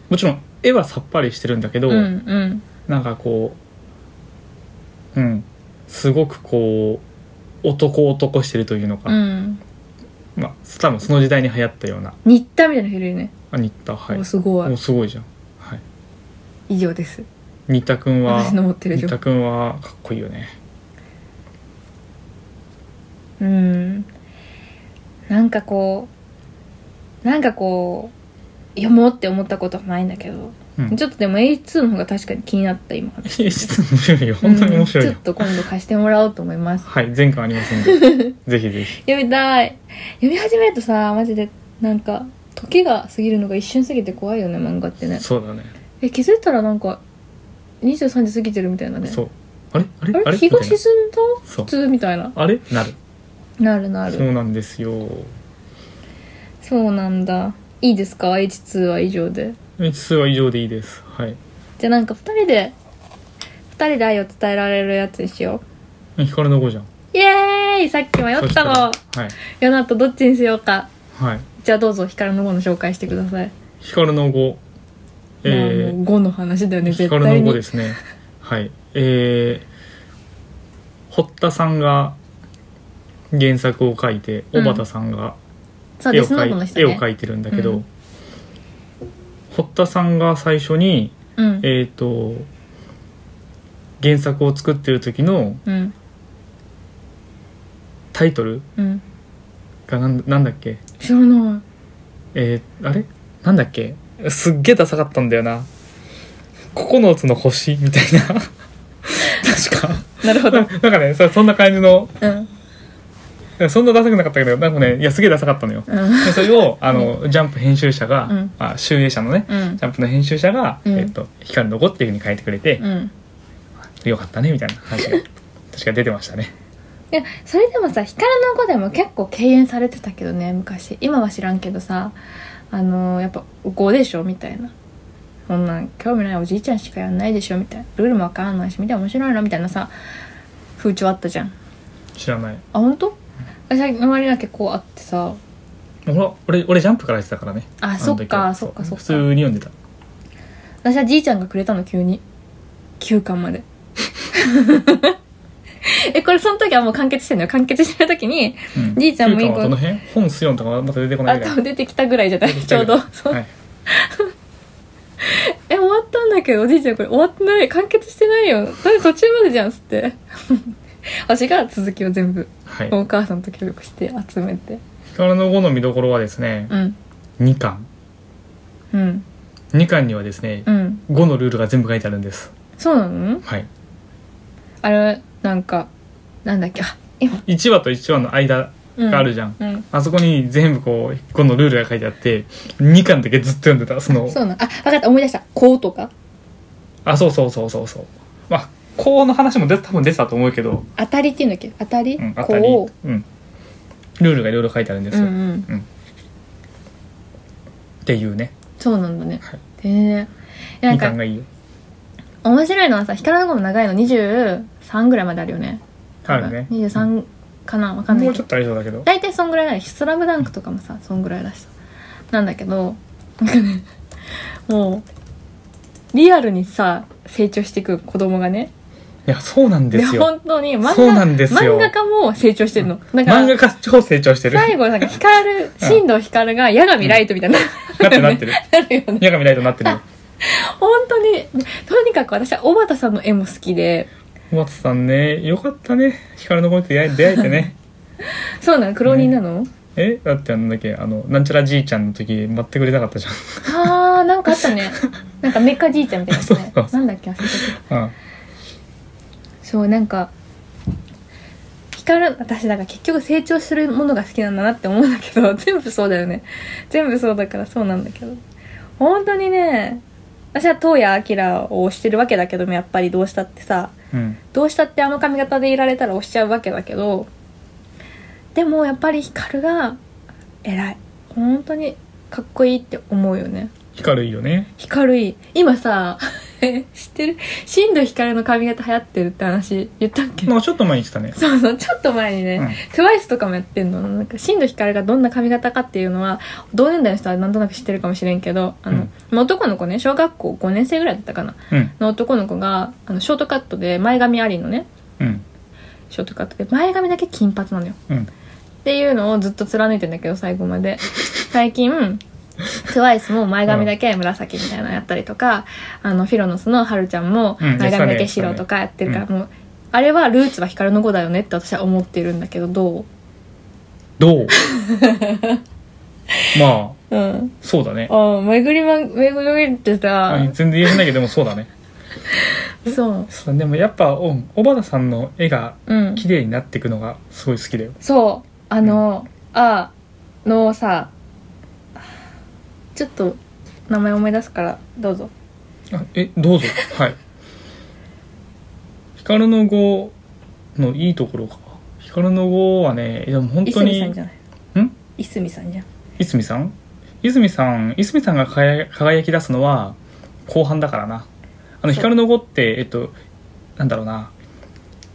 A: う、もちろん絵はさっぱりしてるんだけ
B: う
A: ど、
B: ん、うん。
A: なんかこう、うん。すごくこう、男男してるというのか。
B: うん。
A: まあ、多分その時代に流行ったような。
B: 新田みたいな人いるよね。
A: あ、新田、はい
B: お。すご
A: もう
B: い。
A: すごいじゃん。はい。
B: 以上です。
A: 新田くんは、
B: 私の持ってる
A: 新
B: 情報
A: 田くんはかっこいいよね。
B: うんなんかこうなんかこう読もうって思ったことはないんだけど、
A: うん。
B: ちょっとでも A2 の方が確かに気になった今
A: いや実は面白いよ。本当に面白いよ。
B: うんちょっと今度貸してもらおうと思 います
A: はい、前回ありますん で。ぜひぜひ。
B: 読みたい読み始めるとさマジでなんか時が過ぎるのが一瞬過ぎて怖いよね漫画ってね
A: そうだね。
B: え気づいたらなんか23時過ぎてるみたいなね
A: そう。あれあれ
B: あ
A: あ
B: れ
A: れ
B: 日が
A: みたい
B: 沈んだ
A: なそ
B: 普
A: う。
B: 通みたいな
A: あれなる。
B: なるなる
A: そうなんですよ。
B: そうなんだいいですか H2 は以上で
A: 日数は以上でいいです。はい。
B: じゃあなんか二人で二人で愛を伝えられるやつにしよ
A: ヒカルの子じゃん。
B: うイエーイさっき迷ったの
A: そしたらはい。
B: ヨナとどっちにしようか
A: はい。
B: じゃあどうぞヒカルの碁の紹介してください、
A: ヒカルの子。
B: まあ
A: え
B: もう碁の話だよね
A: ー、ヒ
B: 絶
A: カルの
B: 対
A: 子
B: に
A: ですね。はい。えー、堀田さんが原作を書いて、
B: う
A: 小
B: ん
A: 畑さんが
B: そう
A: 絵
B: デ
A: を
B: スノートの
A: 描い
B: 人
A: 絵を
B: ね
A: 描いてるんだけど、
B: うん
A: 堀田さんが最初に、
B: うん
A: えー、と原作を作ってる時の
B: うん
A: タイトル
B: うん
A: がなんなんだっけ
B: 知 らな
A: えーあれなんだっけすっげえダサかったんだよな9つの星みたいな 確か
B: いなるほど
A: なんかねそそんな感じの
B: うん
A: そんなダサくなかったけどなんかねいやすげえダサかったのよ
B: うん
A: でそれをあの、ジャンプ編集者が、
B: うん
A: あ集英社のね、
B: うん
A: ジャンプの編集者が「
B: うん
A: えっと、光の子」っていうふうに書いてくれて、
B: うん
A: よかったねみたいな話が確か出てましたね
B: いやそれでもさヒカルの碁でも結構敬遠されてたけどね昔今は知らんけどさあのーやっぱ「碁でしょ」みたいなそんなん興味ないおじいちゃんしかやんないでしょみたいなルールもわからんないし見て面白いなみたいなさ風潮あったじゃん
A: 知らない
B: あ本当私は周りは結構あってさ
A: 俺俺俺ジャンプからやってたからね
B: あ
A: の
B: そっ
A: 時
B: か
A: は
B: そっか
A: う
B: そっ
A: 普
B: か
A: 通に読んでた
B: 私はじいちゃんがくれたの急に9巻まで えこれその時はもう完結してんのよ完結してる時に
A: うん
B: じいちゃんもいい
A: 旧
B: 子
A: 館はどの辺本スヨンとかまた出てこな
B: あ
A: いぐらい
B: と出てきたぐらいじゃない
A: 出てき
B: ち
A: たぐ
B: ょう
A: らい
B: どそう
A: はい
B: え終わったんだけどおじいちゃんこれ終わってない完結してないよだって途中までじゃんっつって 私が続きを全部
A: はい
B: お母さんと協力して集めて
A: 光の碁の見どころはですね
B: うん
A: 2巻
B: うん
A: 2巻にはですね
B: うん
A: 碁のルールが全部書いてあるんです
B: そうなの
A: はい
B: あれなんかなんだっけあ今
A: 1話と1話の間
B: うん
A: があるじゃん
B: うん
A: あそこに全部こう碁のルールが書いてあって2巻だけずっと読んでたその
B: そうなのあ分かった思い出した「こう」とか
A: あそうそうそうそうそうまあこうの話も出多分出てたと思うけど
B: 「当たり」っていうんだっけ当たり、
A: うん、当たり、
B: こ
A: うん、ルールがいろいろ書いてあるんで
B: う
A: す
B: うん
A: よ、
B: う
A: っ
B: ん
A: ていうね
B: そうなんだね
A: はい
B: へえいやな
A: み
B: ん
A: かん
B: か
A: がいいよ
B: 面白いのはさ光の碁も長いの23ぐらいまであるよね
A: あるね
B: 23かなわかんな
A: も
B: いけど
A: うちょっとありそうだけど
B: 大体そんぐらいなのスラムダンクとかもさそんぐらいだしさなんだけどなんかねもうリアルにさ成長していく子供がね
A: いやそうなんです
B: いや
A: よ
B: 本当に漫画
A: そうなんですよ
B: 漫画家も成長してるのだから
A: 漫画家超成長してる
B: 最後なんか光る進藤光が矢神ライトみたいな、
A: なってるなってる
B: なるよね
A: 矢神ライトになってるよ
B: 本当にとにかく私は小畑さんの絵も好きで
A: 小松さんねよかったね光の声と出会え出会えてね
B: そうなの苦労人なの、
A: えだってあんだっけあのなんちゃらじいちゃんの時待ってくれなかったじ
B: あーなんかあったねなんかメカじいちゃんみたいなやつ ね
A: そうそう
B: なんだっけ忘れちゃった
A: ゃん、うん、
B: そうなんか光る私だから結局成長す るものが好きなんだなって思うんだけど全部そうだよね全部そうだからそうなんだけど本当にね私は東谷明を推してるわけだけどもやっぱりどうしたってさ
A: うん
B: どうしたってあの髪型でいられたら推しちゃうわけだけどでもやっぱり光が偉い本当にかっこいいって思うよね
A: 光るいいよね
B: 光いい今さ 知ってる新藤光の髪型流行ってるって話言ったっけ
A: なんかちょっと前に来たね
B: そうそうちょっと前にね、
A: うん
B: TWICE とかもやってんのなんか新藤光がどんな髪型かっていうのは同年代の人はなんとなく知ってるかもしれんけどあの、
A: うん
B: まあ男の子ね小学校5年生ぐらいだったかな
A: うん
B: の男の子があのショートカットで前髪ありのね
A: うん
B: ショートカットで前髪だけ金髪なのよ
A: うん
B: っていうのをずっと貫いてんだけど最後ま で最近 TWICE も前髪だけ紫みたいなのやったりとか、あのフィロノスのはるちゃんも
A: うん
B: 前髪
A: や
B: だ
A: ってた
B: け
A: ね
B: 白とかやってるから、
A: う
B: もうあれはルーツは光の子だよねって私は思ってるんだけどどう
A: どう まあ
B: うん
A: そうだね
B: ああ巡りま巡りってさ、
A: あ全然言えないけどでもそうだね
B: そう
A: そうでもやっぱうん小畑さんの絵が
B: うん
A: 綺麗になっていくのがすごい好きだよ
B: そうあの、あのさちょっと名前思い出すからどうぞ
A: あえどうぞはい光の碁のいいところか光の碁はねでも本
B: い
A: 当
B: すみ
A: に
B: さんじゃない
A: ん
B: いすみさんじゃん
A: 泉さん泉さん泉さんが輝輝き出すのは後半だからなあの
B: そう
A: 光の碁ってえっとなんだろうな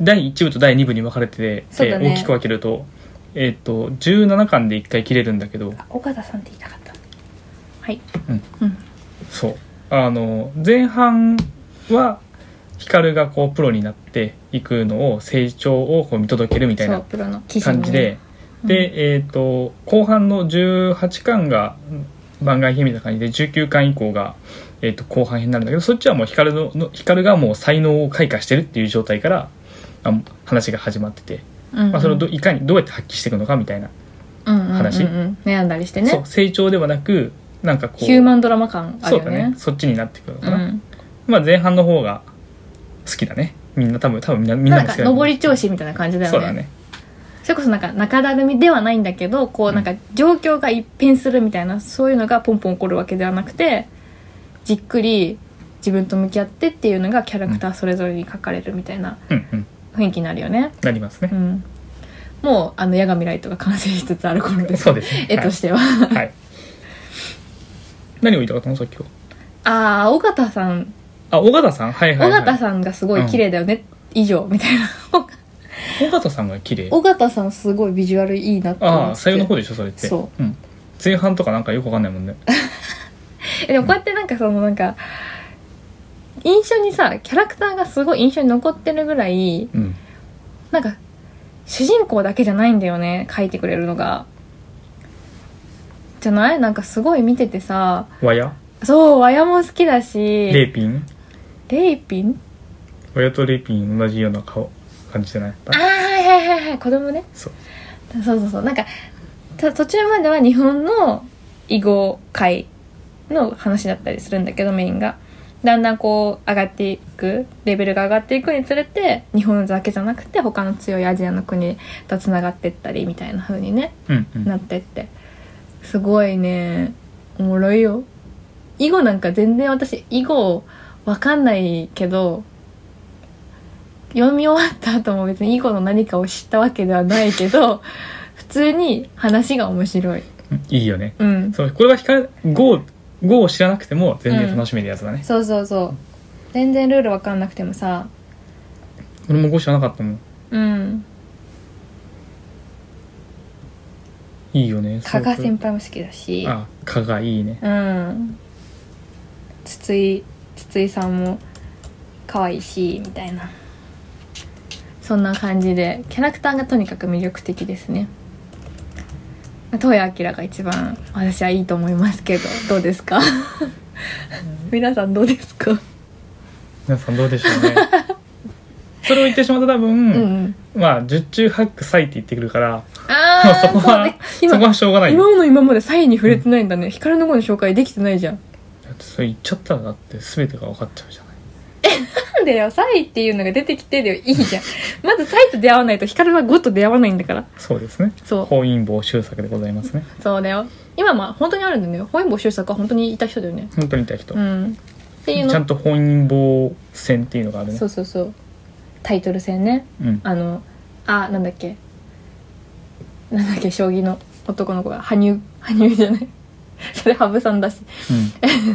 A: 第1部と第2部に分かれてて、
B: そうだね
A: 大きく分けるとえっと17巻で1回切れるんだけど
B: あ岡田さんって言いたかったはい
A: うん、
B: うん、
A: そうあの前半は光がこうプロになっていくのを成長をこう見届けるみたい
B: そう
A: な
B: プロの記事に
A: 感じで、で、えっ、と、後半の18巻が番外編みたいな感じで、19巻以降が、えっ、と、後半編になるんだけど、そっちはもう光のの、光がもう才能を開花してるっていう状態から、あ話が始まってて、
B: うんうん
A: まあ、それをどいかにどうやって発揮していくのかみたいな、
B: うんうんうんうん
A: 話
B: 悩んだりしてね
A: そう、成長ではなく、なんかこう、
B: ヒューマンドラマ感ある
A: そう
B: よ
A: だ
B: ね
A: ね、そっちになっていくの
B: う
A: かな。
B: ん、
A: まあ、前半の方が好きだね。みんな多分、多分みんな、みんな
B: な
A: も
B: ん
A: 好
B: か
A: きだと思
B: 上り調子みたいな感じだよ
A: そ
B: ね
A: うだね。
B: それこそなんか中だるみではないんだけどこうなんか状況が一変するみたいな、そういうのがポンポン起こるわけではなくてじっくり自分と向き合ってっていうのがキャラクターそれぞれに書かれるみたいな
A: うんうん。
B: 雰囲気になるよね、
A: なります
B: う
A: ね。
B: ん、もうあの矢神ライトが完成しつつある頃です
A: そうですね。
B: 絵としては、
A: はい。何を言いたかったのさっきは。
B: ああ尾形さん
A: あ、尾形さんはいは
B: 尾
A: い、はい。
B: 形さんがすごい綺麗だよね、以上み たいな
A: ん。尾形さんが綺麗。
B: 尾形さんすごいビジュアルいいなって思って
A: ああ、最後の方でしょ、それって。。
B: そう
A: ん。前半とかなんかよくわかんないもんね。
B: えでもこうやってなんかそのなんか印象にさキャラクターがすごい印象に残ってるぐらい
A: うん。
B: なんか主人公だけじゃないんだよね書いてくれるのがじゃないなんかすごい見ててさ
A: 和や
B: そう和ヤも好きだし
A: レイピン
B: レイピン
A: 和やとレイピン同じような顔、感じじゃない
B: ああはいはいはいはい子供ね
A: そう。
B: そうそうそうなんかた途中までは日本の囲碁界の話だったりするんだけどメインがだんだんこう上がっていくレベルが上がっていくにつれて日本だけじゃなくて他の強いアジアの国とつながってったりみたいな風にね
A: うんうん。
B: なってってすごいねおもろいよ囲碁なんか全然私囲碁わかんないけど読み終わった後も別に囲碁の何かを知ったわけではないけ ど普通に話が面白い
A: うんいいよね。
B: うん
A: そう、これは光、ゴー、ゴーを知らなくても全然楽しめるやつだね。
B: そうそうそう全然ルールわかんなくてもさ
A: 俺もゴー知らなかったもん。
B: うん
A: いいよね。
B: 加賀先
A: 輩。
B: 輩も好きだし
A: あ、加賀いいね。
B: うん筒井筒井さんも可愛いしみたいなそんな感じでキャラクターがとにかく魅力的ですねまあ東谷明が一番私はいいと思いますけどどうですか皆さんどうですか
A: 皆さんどうでしょうね。 それを言ってしまうと多
B: うん、
A: 分、
B: うん、
A: まあ、十中八九歳って言ってくるから、
B: あ
A: まあ
B: あ
A: そこは、そ
B: 今
A: こはしょうがないよ。
B: 今の今までサインに触れてないんだね、光の子の紹介できてないじゃん
A: だってそれ言っちゃったらだって全てが分かっちゃうじゃない
B: なんでよサイっていうのが出てきてでいいじゃんまずサイと出会わないと光は5と出会わないんだから
A: そうですね
B: そう
A: 本因坊修作でございますね
B: そうだよ。今まあ本当にあるんだよね本因坊周作は本当にいた人だよね
A: 本当にいた人、
B: うんっていうの
A: ちゃんと本因坊戦っていうのがあるね
B: そうそうそうタイトル戦ね
A: うん
B: あのあなんだっけなんだっけ将棋の男の子が羽生羽生じゃない それ羽生さんだし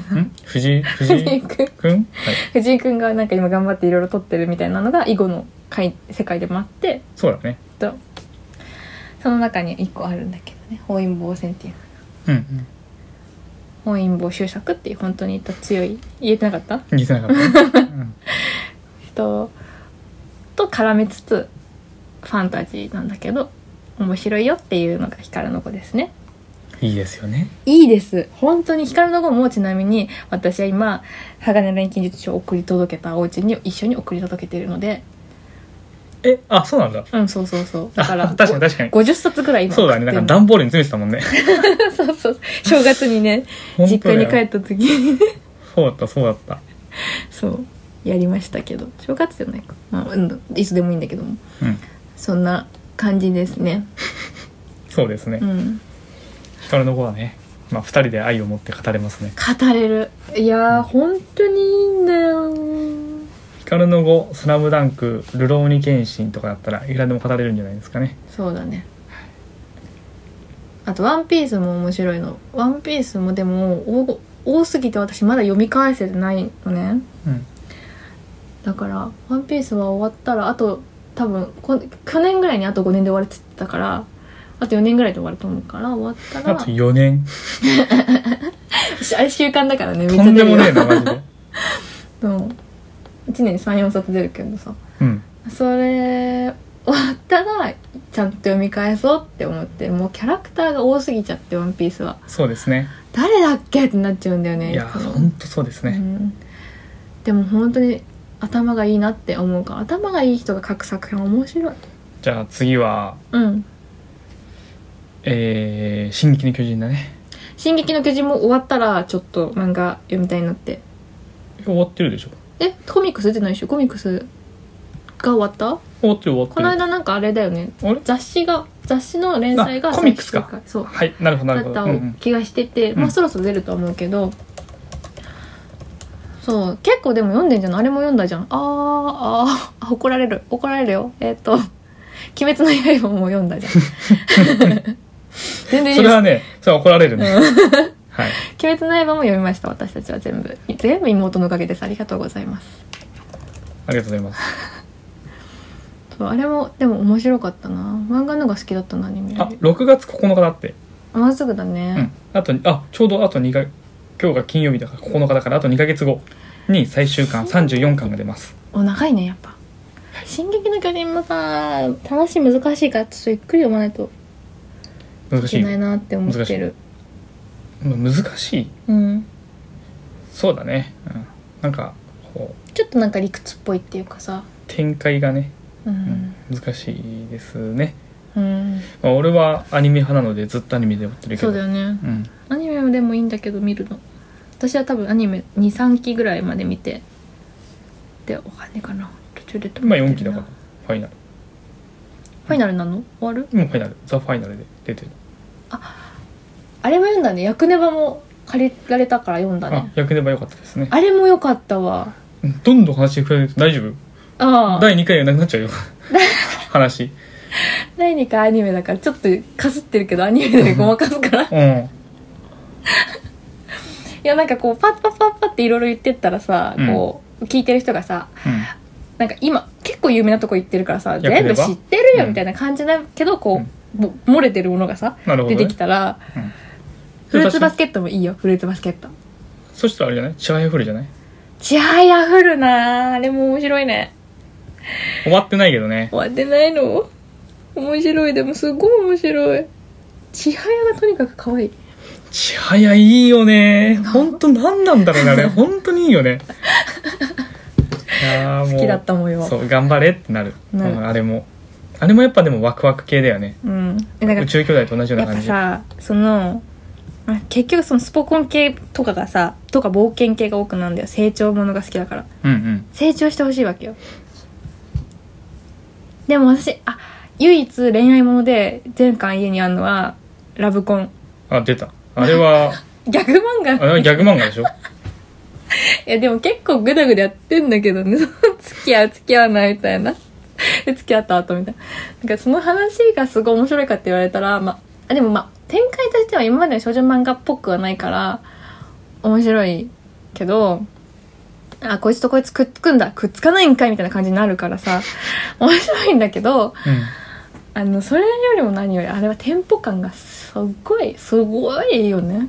A: うん、ん藤井藤
B: 藤井
A: 井
B: 君
A: 君はい
B: 藤井君がなんか今頑張っていろいろ撮ってるみたいなのが囲碁の界世界でもあって
A: そうだね
B: とその中に一個あるんだけどね本因坊戦っていう
A: うん
B: 本因坊周作っていう本当にいた強い言えてなかった
A: うん似てなか った、ねうん、
B: 人と絡めつつファンタジーなんだけど面白いよっていうのが光の子ですね
A: いいですよね
B: いいです本当に光の子もちなみに私は今鋼錬金術書を送り届けたお家に一緒に送り届けてるので
A: えあそうなんだ
B: うんそうそうそうだから
A: あ 確かに確かに
B: ご50冊ぐらい今
A: そうだねなんか段ボールに詰めてたも んね
B: そうそう正月にね
A: 本
B: 実
A: 当だ
B: 家
A: よ
B: に帰った時に
A: そうだったそうだった
B: そうやりましたけど正月じゃないか、まあうん、いつでもいいんだけども
A: うん
B: そんな感じですね
A: そうですね、
B: うん
A: 光の子はねまあ二人で愛を持って語れますね
B: 語れるいやー本当にいいんだよ
A: 光の子スラムダンク流浪に剣心とかだったらいくらでも語れるんじゃないですかね
B: そうだねあと「ワンピースも面白いの「ワンピースもでも多多すぎて私まだ読み返せてないのね
A: うん
B: だから「ワンピースは終わったらあと多分こ去年ぐらいにあと5年で終わるって言ってたからあと4年ぐらいで終わると思うから終わった
A: あ
B: ら
A: と4年
B: 私あれ週間だからねめっち
A: と
B: ゃ
A: んで
B: 出る
A: も
B: よ
A: ねえなマジで
B: 1年に34冊出るけどさ
A: うん
B: それ終わったらちゃんと読み返そうって思ってもうキャラクターが多すぎちゃって「ワンピースは
A: そうですね
B: 誰だっけってなっちゃうんだよね
A: いや
B: つも
A: ほんとそうです
B: う
A: ね
B: んでも本当に頭がいいなって思うから頭がいい人が書く作品は面白い
A: じゃあ次は
B: うん
A: えー「進撃の巨人」だね
B: 「進撃の巨人」も終わったらちょっと漫画読みたいなって
A: 終わってるでしょ
B: えコミックス出てないでしょコミックスが終わった
A: 終わってる終わってる
B: この間なんかあれだよね
A: あれ
B: 雑誌が雑誌の連載が
A: あコミックスか
B: 最終回そう
A: はいなるほどな
B: だ
A: る
B: っ
A: ほ
B: た
A: ど、うんうん
B: 気がしてて、
A: うん
B: まあそろそろ出るとは思うけど、そう結構でも読んでんじゃないあれも読んだじゃんあーあーあ怒られる怒られるよえっ、と「鬼滅の刃」も読 んだじゃん全然い
A: それ
B: いです
A: はねそれは怒られるね、はい
B: 「鬼滅の刃」も読みました私たちは全部全部妹のおかげですありがとうございます
A: ありがとうございます
B: そうあれもでも面白かったな漫画の方が好きだったなアニメよ
A: あ
B: り
A: 6月9日だって
B: あもうすぐだね、
A: うん、あとあちょうどあと2回今日が金曜日だから9日だからあと2ヶ月後に最終巻34巻が出ます
B: お長いねやっぱ「進撃の巨人」もさ話難しいからちょっとゆっくり読まないと
A: 難
B: い
A: し
B: け
A: い
B: ないなって思ってる
A: まあ難しい
B: うん
A: そうだね、うん、なんかこう
B: ちょっとなんか理屈っぽいっていうかさ
A: 展開がね、
B: う
A: うんん、難しいですね、
B: うん、
A: まあ、俺はアニメ派なのでずっとアニメで追ってるけ
B: そ
A: ど
B: うだよね
A: うん、
B: アニメでもいいんだけど見るの私は多分アニメ23期ぐらいまで見てでお金かな途中で止
A: 今
B: まってるな
A: 4期だからファイナル
B: ファイナルなの終わる
A: 今ファイナルザ・ファイナルで出てる、
B: あれも読んだね役ネバも借りられたから読んだ
A: あ
B: ね
A: 役ネバ良かったですね
B: あれも良かったわ
A: うんどんどん話増えると大丈夫
B: ああ
A: 第2回がなくなっちゃう よ話
B: 第2回アニメだからちょっとかすってるけどアニメでごまかすからい
A: うん
B: やなんかこうパッパッパッパっていろいろ言ってったらさ、
A: うん
B: こう聞いてる人がさ
A: うん
B: なんか今結構有名なとこ行ってるからさ
A: やって
B: 全
A: れば
B: 部知ってる
A: う
B: よ
A: ん
B: みたいな感じだけどこう、ぼ漏れてるものがさ
A: なるほど、
B: 出
A: ね、
B: てきたら、
A: うん
B: フルーツバスケットもいいよフルーツバスケット
A: そしたらあれじゃないチアヘフルじゃない
B: ちはやふるなああれも面白いね
A: 終わってないけどね
B: 終わってないの面白いでもすごい面白いちはやがとにかく可愛い
A: ちはやいいよ ね本当何なんだろうねあれ本当にいいよねいやーもう
B: 好きだったもんよ
A: そう頑張れってなる、
B: なる
A: うんあれもあれもやっぱでもワクワク系だよね
B: うんえなんか
A: 宇宙兄弟と同じよう
B: や
A: な
B: っ
A: 感
B: ぱ
A: じ
B: さそのまあ結局そのスポコン系とかがさとか冒険系が多くなんだよ成長ものが好きだから
A: うんうん
B: 成長してほしいわけよでも私あ唯一恋愛もので全巻家にあるのはラブコン
A: あ出たあれ は、
B: ギャグ漫画
A: あれはギャグ漫画でしょ
B: いや、でも結構グダグダやってんだけどね。そ の付き合う、付き合わないみたいな。 で、付き合った後みたいな。なんかその話がすごい面白いかって言われたら、まあ、あでもまあ、展開としては今までの少女漫画っぽくはないから、面白いけど、あ、こいつとこいつくっつくんだ、くっつかないんかいみたいな感じになるからさ、 面白いんだけど、
A: うん。
B: あの、それよりも何より、あれはテンポ感がすごい、すごいよね。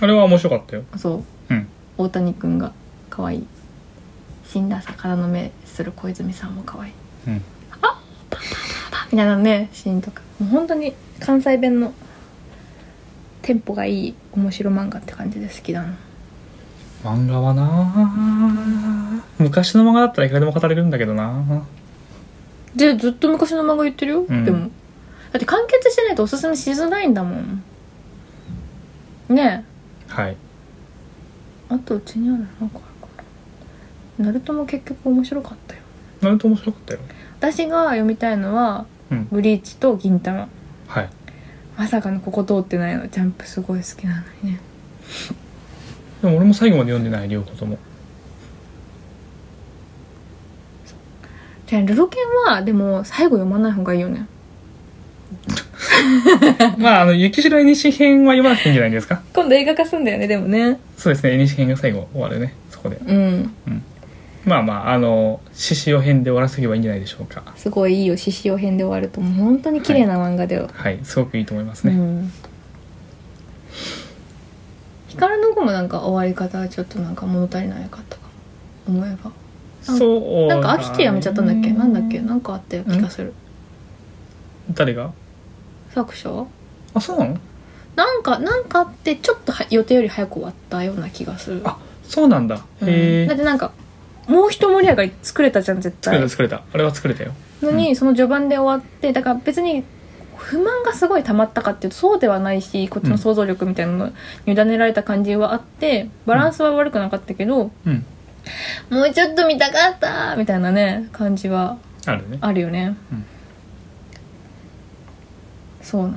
A: あれは面白かったよ。
B: そ
A: う
B: う。
A: ん。
B: 大谷くんが可愛い死んだ魚の目する小泉さんも可愛い
A: うん。
B: みたいなねシーンとかもう本当に関西弁のテンポがいい面白漫画って感じで好きだな
A: 漫画はなあ昔の漫画だったらいくらでも語れるんだけどな
B: でずっと昔の漫画言ってるよ、
A: うん
B: でもだって完結してないとおすすめしづらいんだもんねえ
A: はい。
B: あとうちにあるなんかあるかなナルトも結局面白かったよ
A: なると面白かったよ。
B: 私が読みたいのは
A: うん
B: 「ブリーチ」と「銀魂」
A: はい。
B: まさかのここ通ってないのジャンプすごい好きなのにね
A: でも俺も最後まで読んでない、両方とも。
B: じゃあルロケンはでも最後読まない方がいいよね
A: まあ、あの、雪白絵西編は読まなくていいんじゃないですか。
B: 今度映画化すんだよねでもね
A: そうですね、絵西編が最後終わるね、そこで。
B: うん
A: まあまあ、あの、獅子王編で終わらせとけばいいんじゃないでしょうか。
B: すごいいいよ獅子王編で終わるともう本当に綺麗な漫画だよ、
A: はい、すごくいいと思います
B: う
A: ね。
B: ん光の子もなんか終わり方はちょっとなんか物足りないかったかも思えば
A: そう。
B: なんか飽きてやめちゃったんだっけ
A: う
B: なんだっけなんかあったよ気がする
A: 誰が
B: 作者
A: あ、そうなの
B: なんかなんかあってちょっとは予定より早く終わったような気がする
A: あそうなんだ。
B: うん
A: へ
B: だっ
A: え。
B: てなんかもう一盛り上がり作れたじゃん絶
A: 作れた
B: 対
A: 作れた。あれは作れたよ。
B: のに、その序盤で終わってだから別に不満がすごい溜まったかっていうとそうではないしこっちの想像力みたいなのに委ねられた感じはあってバランスは悪くなかったけど、
A: うん。
B: もうちょっと見たかったみたいなね感じは
A: あるね。
B: あるよね、
A: うん
B: そうなの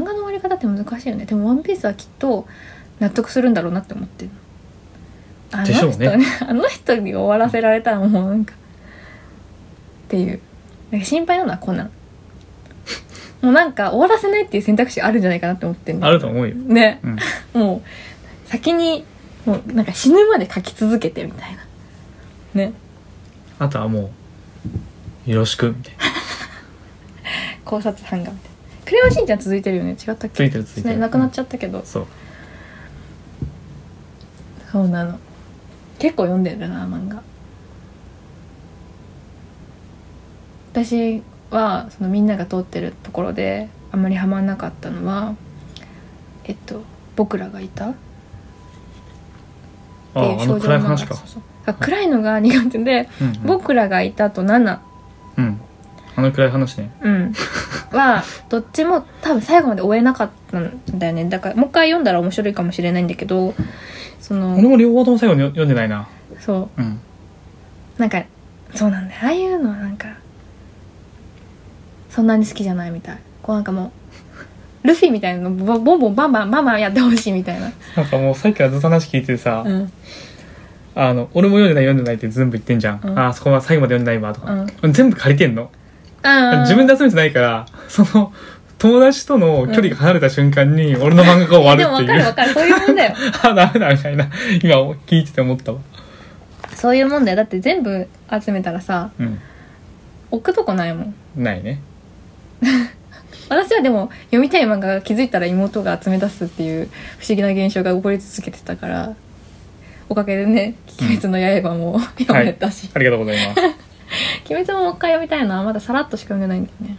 B: 漫画の終わり方って難しいよねでも「ワンピースはきっと納得するんだろうなって思ってるあの
A: でし
B: 人
A: ょうね
B: ねあの人に終 わらせられたらもうなんかっていうなんか心配なのはコナンもうなんか終わらせないっていう選択肢あるんじゃないかなって思ってる
A: あると思うよ。
B: ね
A: うん。
B: もう先にもうなんか死ぬまで書き続けてみたいなね
A: あとはもう、よろしく、みたいな。
B: 考察版がみたいなクレヨンしんちゃん続いてるよね違ったっけ
A: ついてるついてる。
B: なくなっちゃったけど、
A: そう。
B: そうなの結構読んでるな漫画私はそのみんなが通ってるところであまりハマんなかったのはえっと「僕らがいた」って
A: あ
B: いう
A: あ、あの暗い話か
B: そう。そうあ暗いのが苦手で
A: うんうん
B: 「僕らがいた」と「ナナ
A: うん。あの暗い話ね。」
B: うん、はどっちも多分最後まで終えなかったんだよねだからもう一回読んだら面白いかもしれないんだけどその
A: 俺も両方とも最後に読んでないな。
B: そう
A: うん。
B: なんかそうなんだよああいうのはなんかそんなに好きじゃないみたいこうなんかもうルフィみたいなのボボンボンバンバンバンバンやってほしいみたいな、
A: なんかもうさっきからずっと話聞いてさ
B: う、ん
A: あの、俺も読んでない読んでないって全部言ってんじゃん。
B: うん
A: ああ、そこは最後まで読んでないわ、とか。全部借りてんの。
B: うん、
A: 自分で集めてないから、その、友達との距離が離れた瞬間に、俺の漫画が終
B: いやで
A: わ
B: も
A: るっ
B: 分
A: て
B: か
A: い
B: る
A: う
B: 分。かるそういうもんだよ
A: あ、ダメだ、みたいな。今、聞いてて思ったわ。
B: そういうもんだよだって全部集めたらさ
A: うん。
B: 置くとこないもん
A: ないね。
B: 私はでも読みたい漫画が気づいたら妹が集め出すっていう不思議な現象が起こり続けてたからおかげでね「鬼滅の刃」も読めたし、
A: ありがとうございます。
B: 鬼滅ももう一回読みたいのはまださらっとしか読んでないんだよね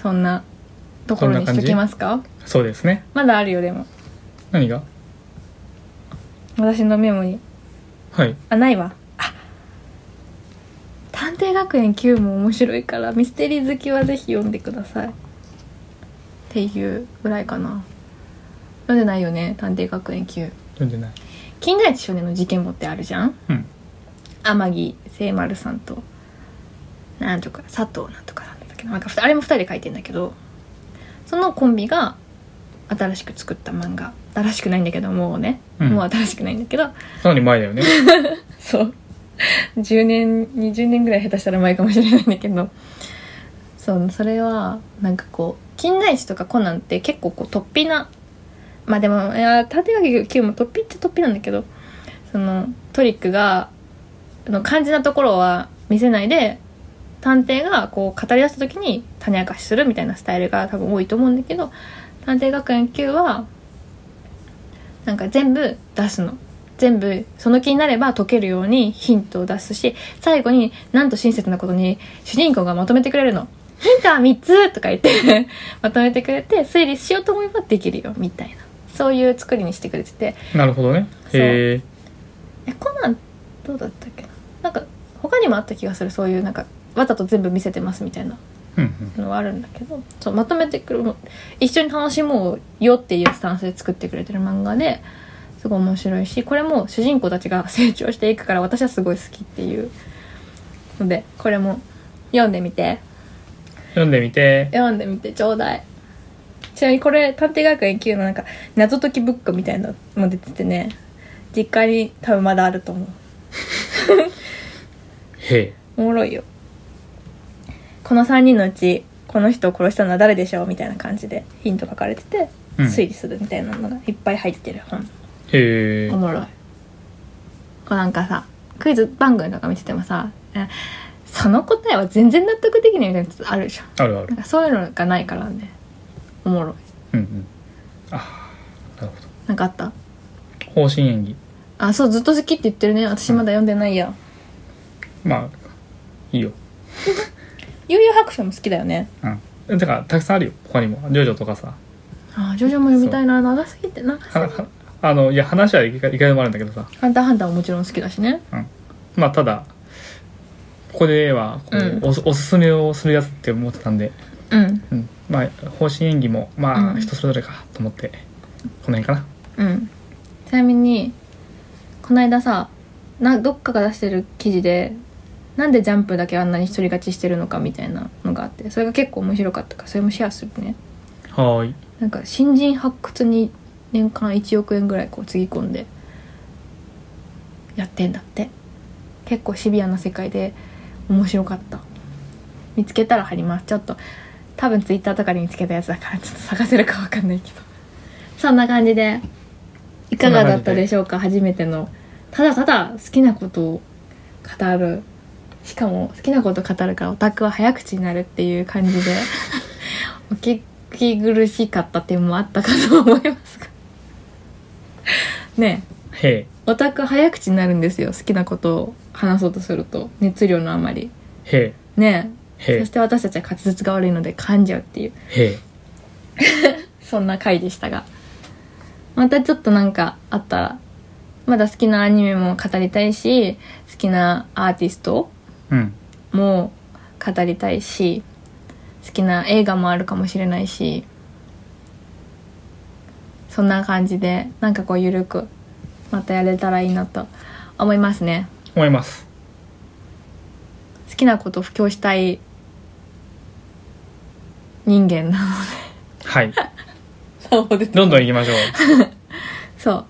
B: そんなところにしときますか
A: そうですね。
B: まだあるよでも
A: 何が
B: 私のメモに
A: はい。
B: あないわあ探偵学園 Q も面白いからミステリー好きはぜひ読んでくださいっていうぐらいかな読んでないよね探偵学園 Q
A: 読んでない。
B: 金田一少年の事件簿ってあるじゃん
A: うん。
B: 天城聖丸さんとなんとか佐藤なんとかなんだっけななんかふたあれも2人で書いてんだけどそのコンビが新しく作った漫画新しくないんだけどもうね、
A: うん
B: もう新しくないんだけど
A: かなり前だ よね。
B: そう10年20年ぐらい下手したら前かもしれないんだけどそうそれはなんかこう近代史とかコナンって結構こう突飛なまあでもいや立垣九も突飛っちゃ突飛なんだけどそのトリックがあの肝心なところは見せないで探偵がこう語り出した時に種明かしするみたいなスタイルが多分多いと思うんだけど探偵学園9はなんか全部出すの全部その気になれば解けるようにヒントを出すし最後になんと親切なことに主人公がまとめてくれるのヒントは3つとか言って まとめてくれて推理しようと思えばできるよみたいなそういう作りにしてくれてて
A: なるほどね。
B: そう
A: へえ。
B: えコナンどうだったっけななんか他にもあった気がするそういうなんかわざと全部見せてますみたいな
A: うんうん。
B: のはあるんだけどそうまとめてくる一緒に楽しもうよっていうスタンスで作ってくれてる漫画ですごい面白いしこれも主人公たちが成長していくから私はすごい好きっていうのでこれも読んでみて
A: 読んでみて。
B: 読んでみてちょうだいちなみにこれ探偵学園級のなんか謎解きブックみたいなのも出ててね実家に多分まだあると思う
A: へえ。
B: おもろいよこの3人のうちこの人を殺したのは誰でしょうみたいな感じでヒント書かれてて、
A: うん
B: 推理するみたいなのがいっぱい入ってる本
A: へえ
B: お。もろいこうなんかさクイズ番組とか見ててもさえその答えは全然納得できないみたいなやつあるじゃん
A: あるあ
B: な
A: る
B: ん。かそういうのがないからねおもろい
A: うんうん。ああ、なるほ
B: なんかあった
A: ど。方針演技。
B: あそうずっと好きって言ってるね私まだ読んでないや
A: まあ、いいよ。
B: 悠々白書も好きだよね
A: うん。だから、たくさんあるよ。他にも。ジョジョとかさ。
B: あジョジョも読みたいな長すぎて長すぎ
A: は
B: て
A: はあの、いや、話はいかいかにもあるんだけどさ。
B: ハンターハンターももちろん好きだしね
A: まあ、ただ、ここではこう、
B: うん
A: おす、おすすめをするやつって思ってたんで、
B: うん
A: うん、まあ方針演技もま
B: う
A: あ
B: ん
A: 人それぞれかと思って、この辺かな
B: うんちなみにこの間さなどっかが出してる記事でなんでジャンプだけあんなに独り勝ちしてるのかみたいなのがあってそれが結構面白かったからそれもシェアするね
A: はーい
B: なんか新人発掘に年間1億円ぐらいこうつぎ込んでやってんだって結構シビアな世界で面白かった見つけたら貼りますちょっと多分ツイッターとかで見つけたやつだからちょっと探せるかわかんないけどそんな感じでいかがだったでしょうか初めてのただただ好きなことを語るしかも好きなこと語るからオタクは早口になるっていう感じでお聞き苦しかった点もあったかと思いますがねえ
A: へ
B: オタクは早口になるんですよ好きなことを話そうとすると熱量のあまり
A: えへ
B: ね
A: え
B: え
A: へ
B: そして私たちは滑舌が悪いので噛んじゃうっていう
A: えへ
B: そんな回でしたがまたちょっとなんかあったらまだ好きなアニメも語りたいし好きなアーティスト
A: えうん
B: も語りたいし好きな映画もあるかもしれないしそんな感じでなんかこうゆるくまたやれたらいいなと思いますね
A: 思います
B: 好きなことを布教したい人間な
A: はい
B: ので
A: どんどん行きましょう
B: そう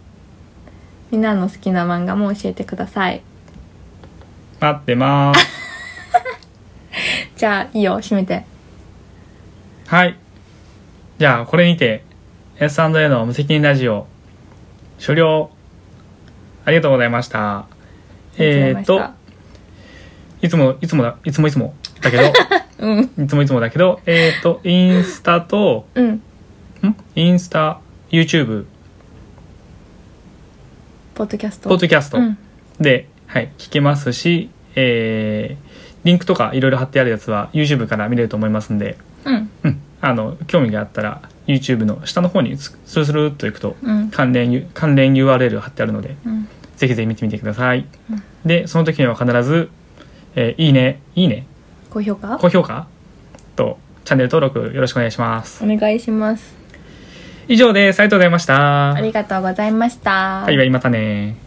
B: みんなの好きな漫画も教えてください
A: 待ってまーす
B: じゃあいいよ閉めて
A: はいじゃあこれにて S&A の無責任ラジオ終了ありがとうございましたえー、っ
B: 決め
A: と
B: まし
A: いつもいつもだいつもいつもだ け
B: たうん
A: どいつもいつもだけどえー、っとインスタと
B: うん
A: んインスタ YouTube
B: ポッドキャスト
A: ポッドキャスト、
B: うん
A: で、はい、聞けますし、えーリンクとかいろいろ貼ってあるやつは YouTube から見れると思いますんで、
B: うん
A: うん、あの興味があったら YouTube の下の方にススルスルっと行くと
B: うん
A: 関連 U- 関連 URL 貼ってあるので
B: うん
A: ぜひぜひ見てみてください、でその時には必ず、えーいいねいいね
B: 高評価
A: 高評価とチャンネル登録よろしくお願いします
B: お願いします
A: 以上ですありがとうございました
B: ありがとうございました
A: バイバイまたね